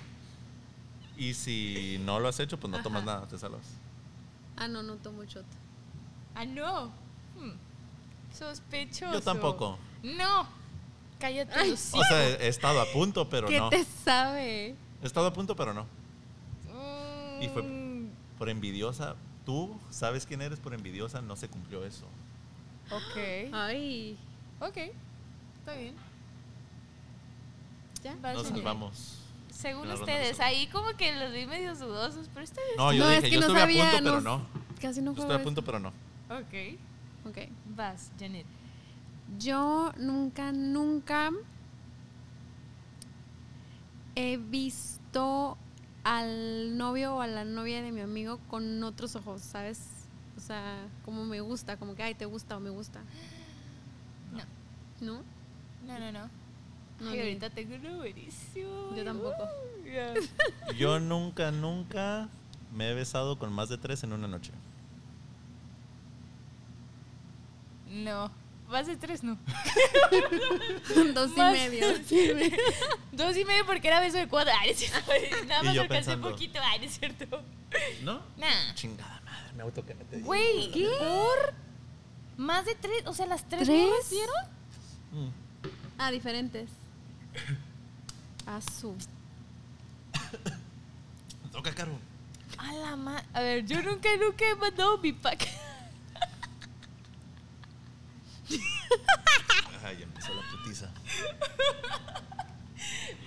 Y si no lo has hecho, pues no tomas Ajá. nada, te salvas. Ah, no, no tomo shot. Ah, no. Hmm. Sospechoso. Yo tampoco. No. Cállate. Ay, los- O sea, he estado a punto, pero ¿Qué no. te sabe? He estado a punto, pero no. Mm. Y fue- Por envidiosa, tú sabes quién eres, por envidiosa no se cumplió eso. Ok. Ay. Ok. Está bien. Ya. Parece Nos bien. salvamos. Según La ronda ustedes, de salud. ahí como que los vi medio dudosos, pero está No, yo No, es dije, que yo no estuve sabía, a punto, pero no- no. Casi no Yo juego. estuve a eso. punto, pero no. bien. Ok. Ok. Vas, Janet. Yo nunca, nunca he visto al novio o a la novia de mi amigo con otros ojos, ¿sabes? O sea, como me gusta, como que, ay, te gusta o me gusta. No. ¿No? No, no, no. No, Ay, ni- ahorita tengo uno buenísimo. Yo tampoco. Uh, ya. Yo nunca, nunca me he besado con más de tres en una noche. No. Más de tres, no. Dos y Más- medio. Dos y medio porque era beso de cuatro. Ay, no es cierto. Nada Y más yo alcancé pensando. poquito. Ay, no es cierto. ¿No? Nah. Chingada madre, me autoquemé. te dije. Güey, ¿por? Más de tres. O sea, las tres, ¿Tres? no las vieron. Mm. Ah, diferentes. Ah, Azul. Me Toca caro. A la ma. A ver, yo nunca, nunca he mandado mi pack. Ay, ya empezó la putiza.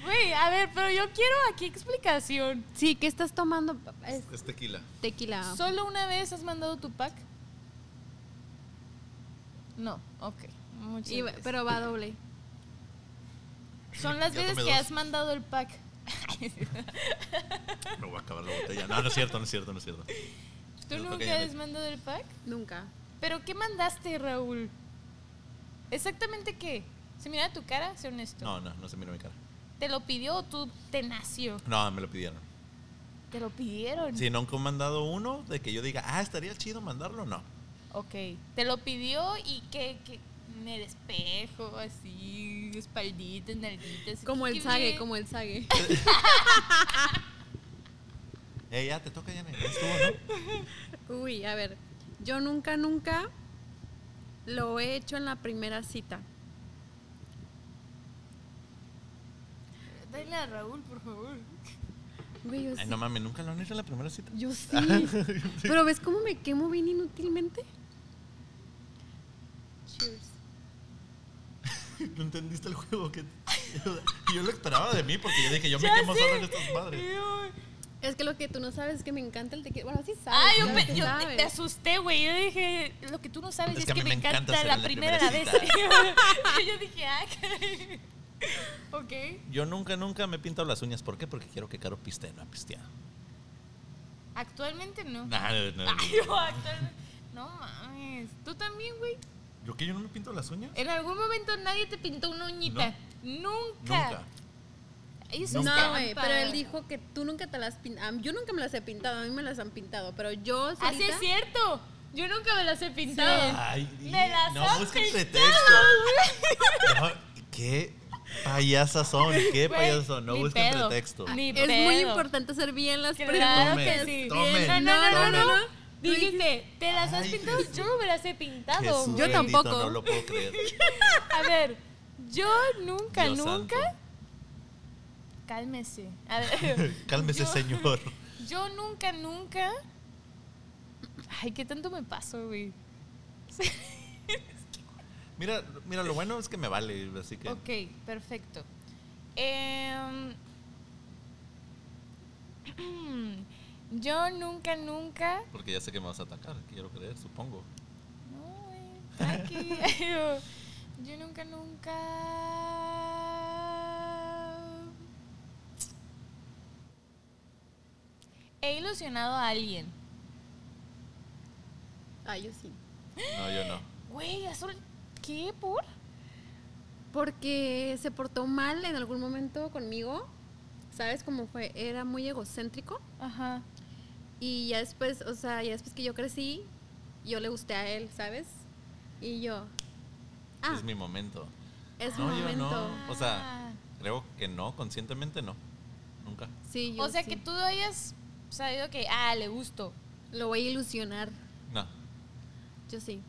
Güey, a ver, pero yo quiero aquí explicación. Sí, ¿qué estás tomando? Es Es tequila. tequila. ¿Solo una vez has mandado tu pack? No, ok. Muchas Y- gracias. pero va doble. Son las Ya veces tomé que dos. has mandado el pack. No voy a acabar la botella. No, no es cierto, no es cierto, no es cierto. ¿Tú Yo creo que nunca ya has le- mandado el pack? Nunca. ¿Pero qué mandaste, Raúl? ¿Exactamente qué? ¿Se mira tu cara? Sé honesto. No, no, no se miró mi cara. ¿Te lo pidió o tú te nació? No, me lo pidieron. ¿Te lo pidieron? Si nunca he mandado uno de que yo diga, ah, estaría chido mandarlo, no. Ok. ¿Te lo pidió y qué? qué? En el espejo, así, espalditas, nalguitas. Como ¿Qué- el qué sague, bien? como el sague. Eh, ya te toca, ya ya estuvo, ¿no? Uy, a ver, yo nunca, nunca lo he hecho en la primera cita. Dale a Raúl, por favor. Güey, yo Ay, Pues sí. no mames, nunca lo han hecho en la primera cita. Yo sí. Pero ¿ves cómo me quemo bien inútilmente? Cheers. No entendiste el juego. Que... Yo lo esperaba de mí porque yo dije, yo me quemo solo en estas madres. Es que lo que tú no sabes es que me encanta el tequila. Bueno, sí sabes. Ah, yo, claro pe- que yo te, Pues sabes. te asusté, güey. Yo dije, lo que tú no sabes Es es, que a que, mí me me encanta encanta, hacer la, la primera, primera vez. yo dije, ah, caray. Ok. Yo nunca, nunca me he pintado las uñas. ¿Por qué? Porque quiero que Caro piste, no ha pisteado. Actualmente no. Nah, no, no, no. Ay, yo actualmente. No mames. Tú también, güey. ¿Yo que yo no me pinto las uñas? En algún momento nadie te pintó una uñita. Nunca. Nunca. Eso es Nunca. No, güey, trampa. pero él dijo que tú nunca te las pintas. Yo nunca me las he pintado, a mí me las han pintado, pero yo Así solita- es cierto. Yo nunca me las he pintado. Ay, Me las no has busquen pintado, pretexto. No, qué payasas son, qué Güey, payasas son. No ni busquen pedo. pretexto. Ni Es muy pedo. importante hacer bien las Claro preguntas. que Tomen, sí. tomen, no, no, no, no, tomen. no. Dijiste, ¿te las has Ay, pintado? Yo no me las he pintado. Jesús güey. Yo bendito, tampoco. No lo puedo creer. A ver, yo nunca, Dios nunca. santo. Cálmese. A ver, Cálmese, yo- señor. Yo nunca, nunca. Ay, ¿qué tanto me paso, güey? Mira, mira, lo bueno es que me vale, así que. Ok, perfecto. Em, yo nunca, nunca. Porque ya sé que me vas a atacar, quiero creer, supongo. No, güey. Aquí. yo, yo nunca, nunca. He ilusionado a alguien. Ay, yo sí. No, yo no. Güey, azul. ¿Qué? ¿Por? Porque se portó mal en algún momento conmigo. ¿Sabes cómo fue? Era muy egocéntrico. Ajá. Y ya después, o sea, ya después que yo crecí, yo le gusté a él, ¿sabes? Y yo. Ah, Es mi momento. es mi No, yo momento. no. O Ah. sea, creo que no, conscientemente no. Nunca. Sí, yo o sea, sí. que tú hayas sabido que, ah, le gusto. Lo voy a ilusionar. No. Yo sí.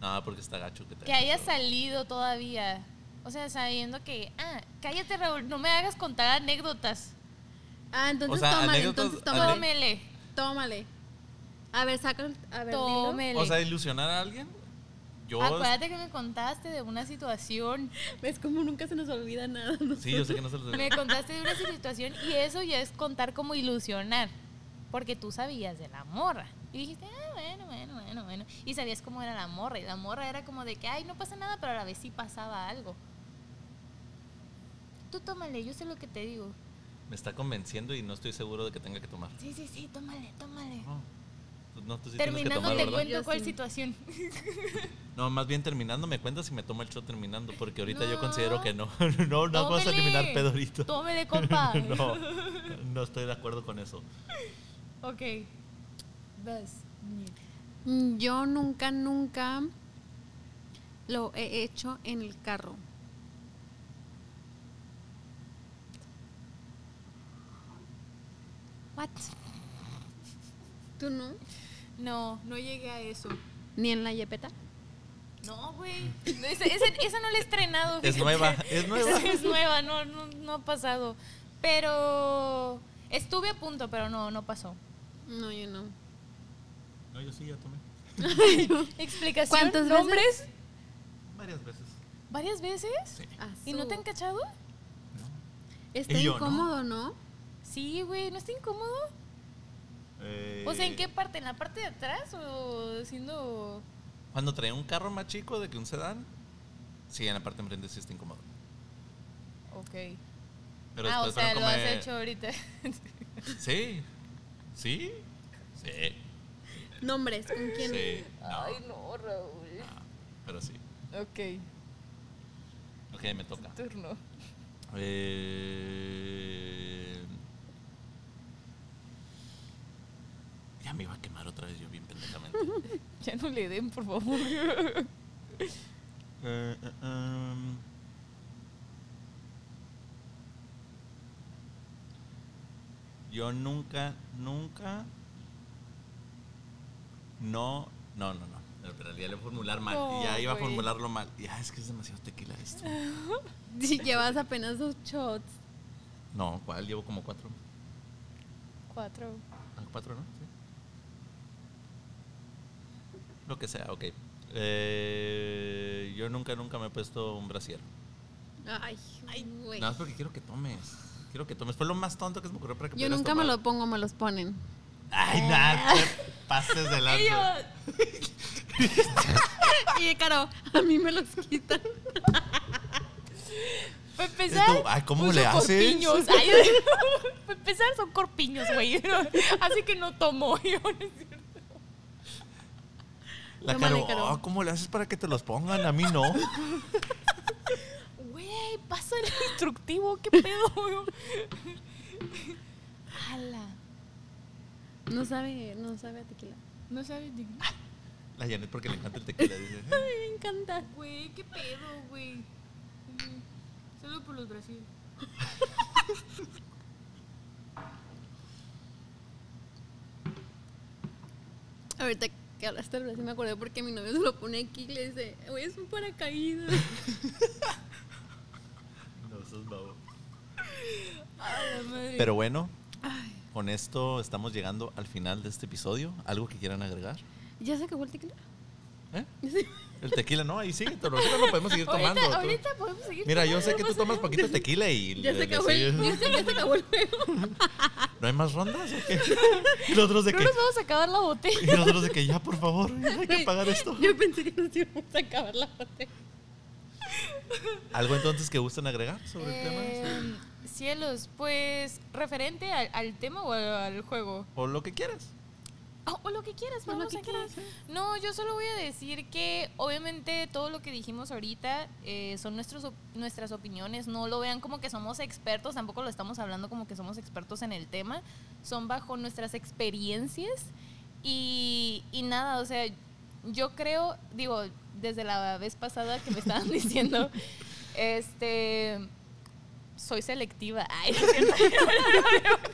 Nada, porque está gacho que te Que hagan haya eso. salido todavía. O sea, sabiendo que, ah, cállate, Raúl, no me hagas contar anécdotas. Ah, entonces O sea, tómale, anécdotas- entonces tómale. ane- Tómele. Tómale. A ver, saca. A ver, dilo. Tómele. O sea, ilusionar a alguien. Yo. Acuérdate que me contaste de una situación. ¿Ves cómo nunca se nos olvida nada? ¿no? Sí, yo sé que no se los Me contaste de una situación y eso ya es contar como ilusionar. Porque tú sabías de la morra. Y dijiste, ah, bueno, bueno, bueno, bueno. Y sabías cómo era la morra. Y la morra era como de que, ay, no pasa nada, pero a la vez sí pasaba algo. Tú tómale, yo sé lo que te digo. Me está convenciendo y no estoy seguro de que tenga que tomar. Sí, sí, sí, tómale, tómale. No, tú- no, tú sí tienes que Terminando tomar, te ¿verdad? cuento Yo cuál sí. situación. No, más bien terminando, me cuentas si me tomo el shot terminando, porque ahorita yo No. considero que no. no, no vas a Tómele. eliminar pedo ahorita. Tómele, compa. no, no estoy de acuerdo con eso. Ok. Vas. Mm, Yo nunca, nunca lo he hecho en el carro. What? ¿Tú no? No, no llegué a eso. ¿Ni en la yepeta? No, güey. Esa, esa- esa no la he estrenado. Es fíjate. nueva, es nueva. Esa es nueva, no, no, no ha pasado. Pero estuve a punto, pero no, no pasó. No, yo no. No, yo sí ya tomé. ¿Explicación? ¿Cuántas veces? ¿Nombres? Varias veces. ¿Varias veces? ¿Y no te han cachado? No. Ah, Está Y yo, ¿no? incómodo, ¿no? Sí, güey. ¿No está incómodo? O sea, Eh, ¿en qué parte? ¿En la parte de atrás o siendo...? Cuando traía un carro más chico de que un sedán, sí, en la parte de enfrente sí está incómodo. Ok. Pero ah, o después sea, fueron lo has como de- hecho ahorita. Sí. ¿Sí? Sí. Nombres, ¿con quién? Sí. No, Ay, no, Raúl. pero sí. Ok, Ok, me toca. turno. Eh, Ya me iba a quemar otra vez yo bien pendejamente. Ya no le den, por favor. Eh, eh, em. Yo nunca, nunca. No, no, no, no. Pero, pero ya lo formular mal. No, y ya iba güey. a formularlo mal. Ya es que es demasiado tequila esto. Sí, Llevas apenas dos shots. No, ¿cuál? Llevo como cuatro. Cuatro. Ah, Cuatro, ¿no? Sí. Lo que sea, ok. Eh, yo nunca, nunca me he puesto un brasier. Ay, güey. Nada más porque quiero que tomes. Quiero que tomes. Fue lo más tonto que se me ocurrió para que Yo pudieras nunca me tomar. lo pongo, me los ponen. Ay, nada, te pases de Y yo, lanza. Y Caro, a mí me los quitan. Para Es empezar, como, ay, ¿cómo pues, le son haces? corpiños. Ay, para empezar, son corpiños, güey. Así que no tomo. yo, no es cierto. La Tómale, caro, Caro. "Ah, ¿cómo le haces para que te los pongan? A mí no. Güey, pasa el instructivo, qué pedo, güey. Ala. No sabe, no sabe a tequila. No sabes de La Janet porque le encanta el tequila. Dice, "Eh, Ay, me encanta. Güey, qué pedo, güey. Solo por los brasiles. Ahorita que hablaste del Brasil me acordé porque mi novio se lo pone aquí y le dice, güey, es un paracaídas. no, eso es babo". La madre. Pero bueno, con esto estamos llegando al final de este episodio. ¿Algo que quieran agregar? ¿Ya se acabó el tequila? ¿Eh? Sí. El tequila no, ahí sigue, te lo digo, lo podemos seguir tomando. ahorita, tú. ahorita podemos seguir. Mira, yo sé que tú tomas poquito de tequila y Ya le- se le acabó el, sigues. ya se, ya se acabó el juego. ¿No hay más rondas o qué? Y los otros de No que nos vamos a acabar la botella. y los otros de que ya, por favor, hay que pagar esto. Yo pensé que nos íbamos a acabar la botella. ¿Algo entonces que gustan agregar sobre el tema? Eh, cielos, pues referente al, al tema o al, al juego. Ah, O lo que quieras. O- o lo que quieras, O lo vamos que aquí. quieras, No, yo solo voy a decir que obviamente todo lo que dijimos ahorita eh, son nuestros, op- nuestras opiniones. No lo vean como que somos expertos, tampoco lo estamos hablando como que somos expertos en el tema. Son bajo nuestras experiencias. Y, y nada, o sea, yo creo, digo, desde la vez pasada que me estaban diciendo, este, soy selectiva. Ay, no es cierto.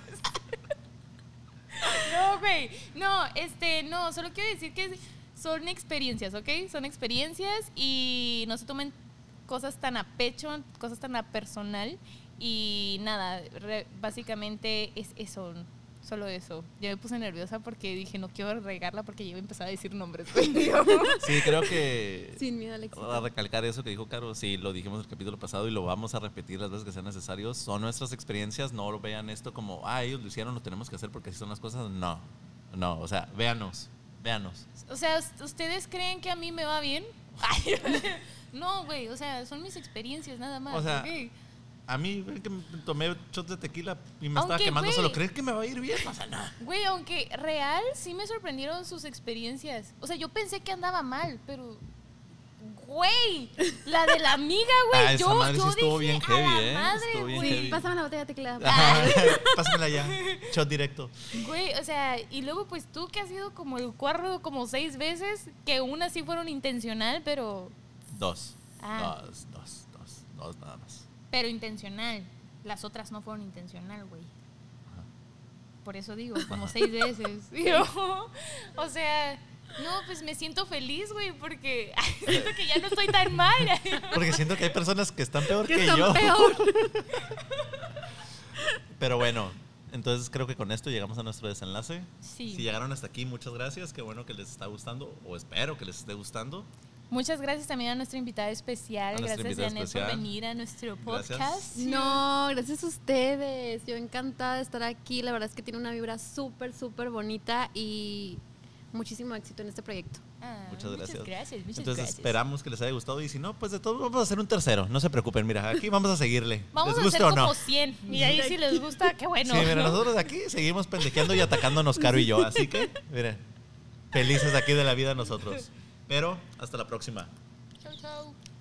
No, güey. No, este, no, solo quiero decir que son experiencias, ¿ok? Son experiencias y no se tomen cosas tan a pecho, cosas tan a personal. Y nada, re- básicamente es eso, solo eso. Yo me puse nerviosa porque dije, no quiero regarla porque yo iba a empezar a decir nombres, güey. Sí, creo que Sin miedo al a éxito. recalcar eso que dijo Caro, sí, lo dijimos en el capítulo pasado y lo vamos a repetir las veces que sean necesarios. Son nuestras experiencias, no vean esto como, ah, ellos lo hicieron, lo tenemos que hacer porque así son las cosas. No, no, o sea, véanos, véanos. O sea, ¿ust- ¿ustedes creen que a mí me va bien? Ay, no, güey, o sea, son mis experiencias nada más. O sea, ¿ok? A mí, ven que me tomé shots de tequila y me estaba Aunque, quemando güey. solo. ¿Crees que me va a ir bien? O sea, no. Güey, aunque real sí me sorprendieron sus experiencias. O sea, yo pensé que andaba mal, pero. Güey, la de la amiga, güey. Ah, esa yo madre sí yo estuvo dije, bien "A la heavy, ¿eh? Madre, Estuvo bien güey". heavy. Pásame la botella de Ah, tequila. Ajá, Pásamela ya. Shot directo. Güey, o sea, y luego pues tú que has ido como el cuarro como seis veces, que una sí fueron intencional, pero. Dos. Ah. Dos, dos, dos, dos nada más. Pero intencional. Las otras no fueron intencional, güey. Por eso digo, como seis veces. Yo, o sea, no, pues me siento feliz, güey, porque siento que ya no estoy tan mal. Porque siento que hay personas que están peor Que que, están yo. peor. Pero bueno, entonces creo que con esto llegamos a nuestro desenlace. Sí. Si llegaron hasta aquí, muchas gracias. Qué bueno que les está gustando, o espero que les esté gustando. Muchas gracias también a nuestra invitada especial. A nuestra gracias, invitada Janet, por especial. venir a nuestro Gracias. podcast. No, gracias a ustedes. Yo encantada de estar aquí. La verdad es que tiene una vibra súper, súper bonita y muchísimo éxito en este proyecto. Ah, Muchas gracias. Muchas gracias. muchas entonces gracias. esperamos que les haya gustado y si no, pues de todo vamos a hacer un tercero. No se preocupen, mira, aquí vamos a seguirle. Vamos ¿Les a hacer guste o no? como 100. Y ahí si les gusta, qué bueno. sí, mira, ¿no? nosotros aquí seguimos pendejeando y atacándonos Caro y yo. Así que, miren, felices aquí de la vida nosotros. Pero hasta la próxima. Chau, chau.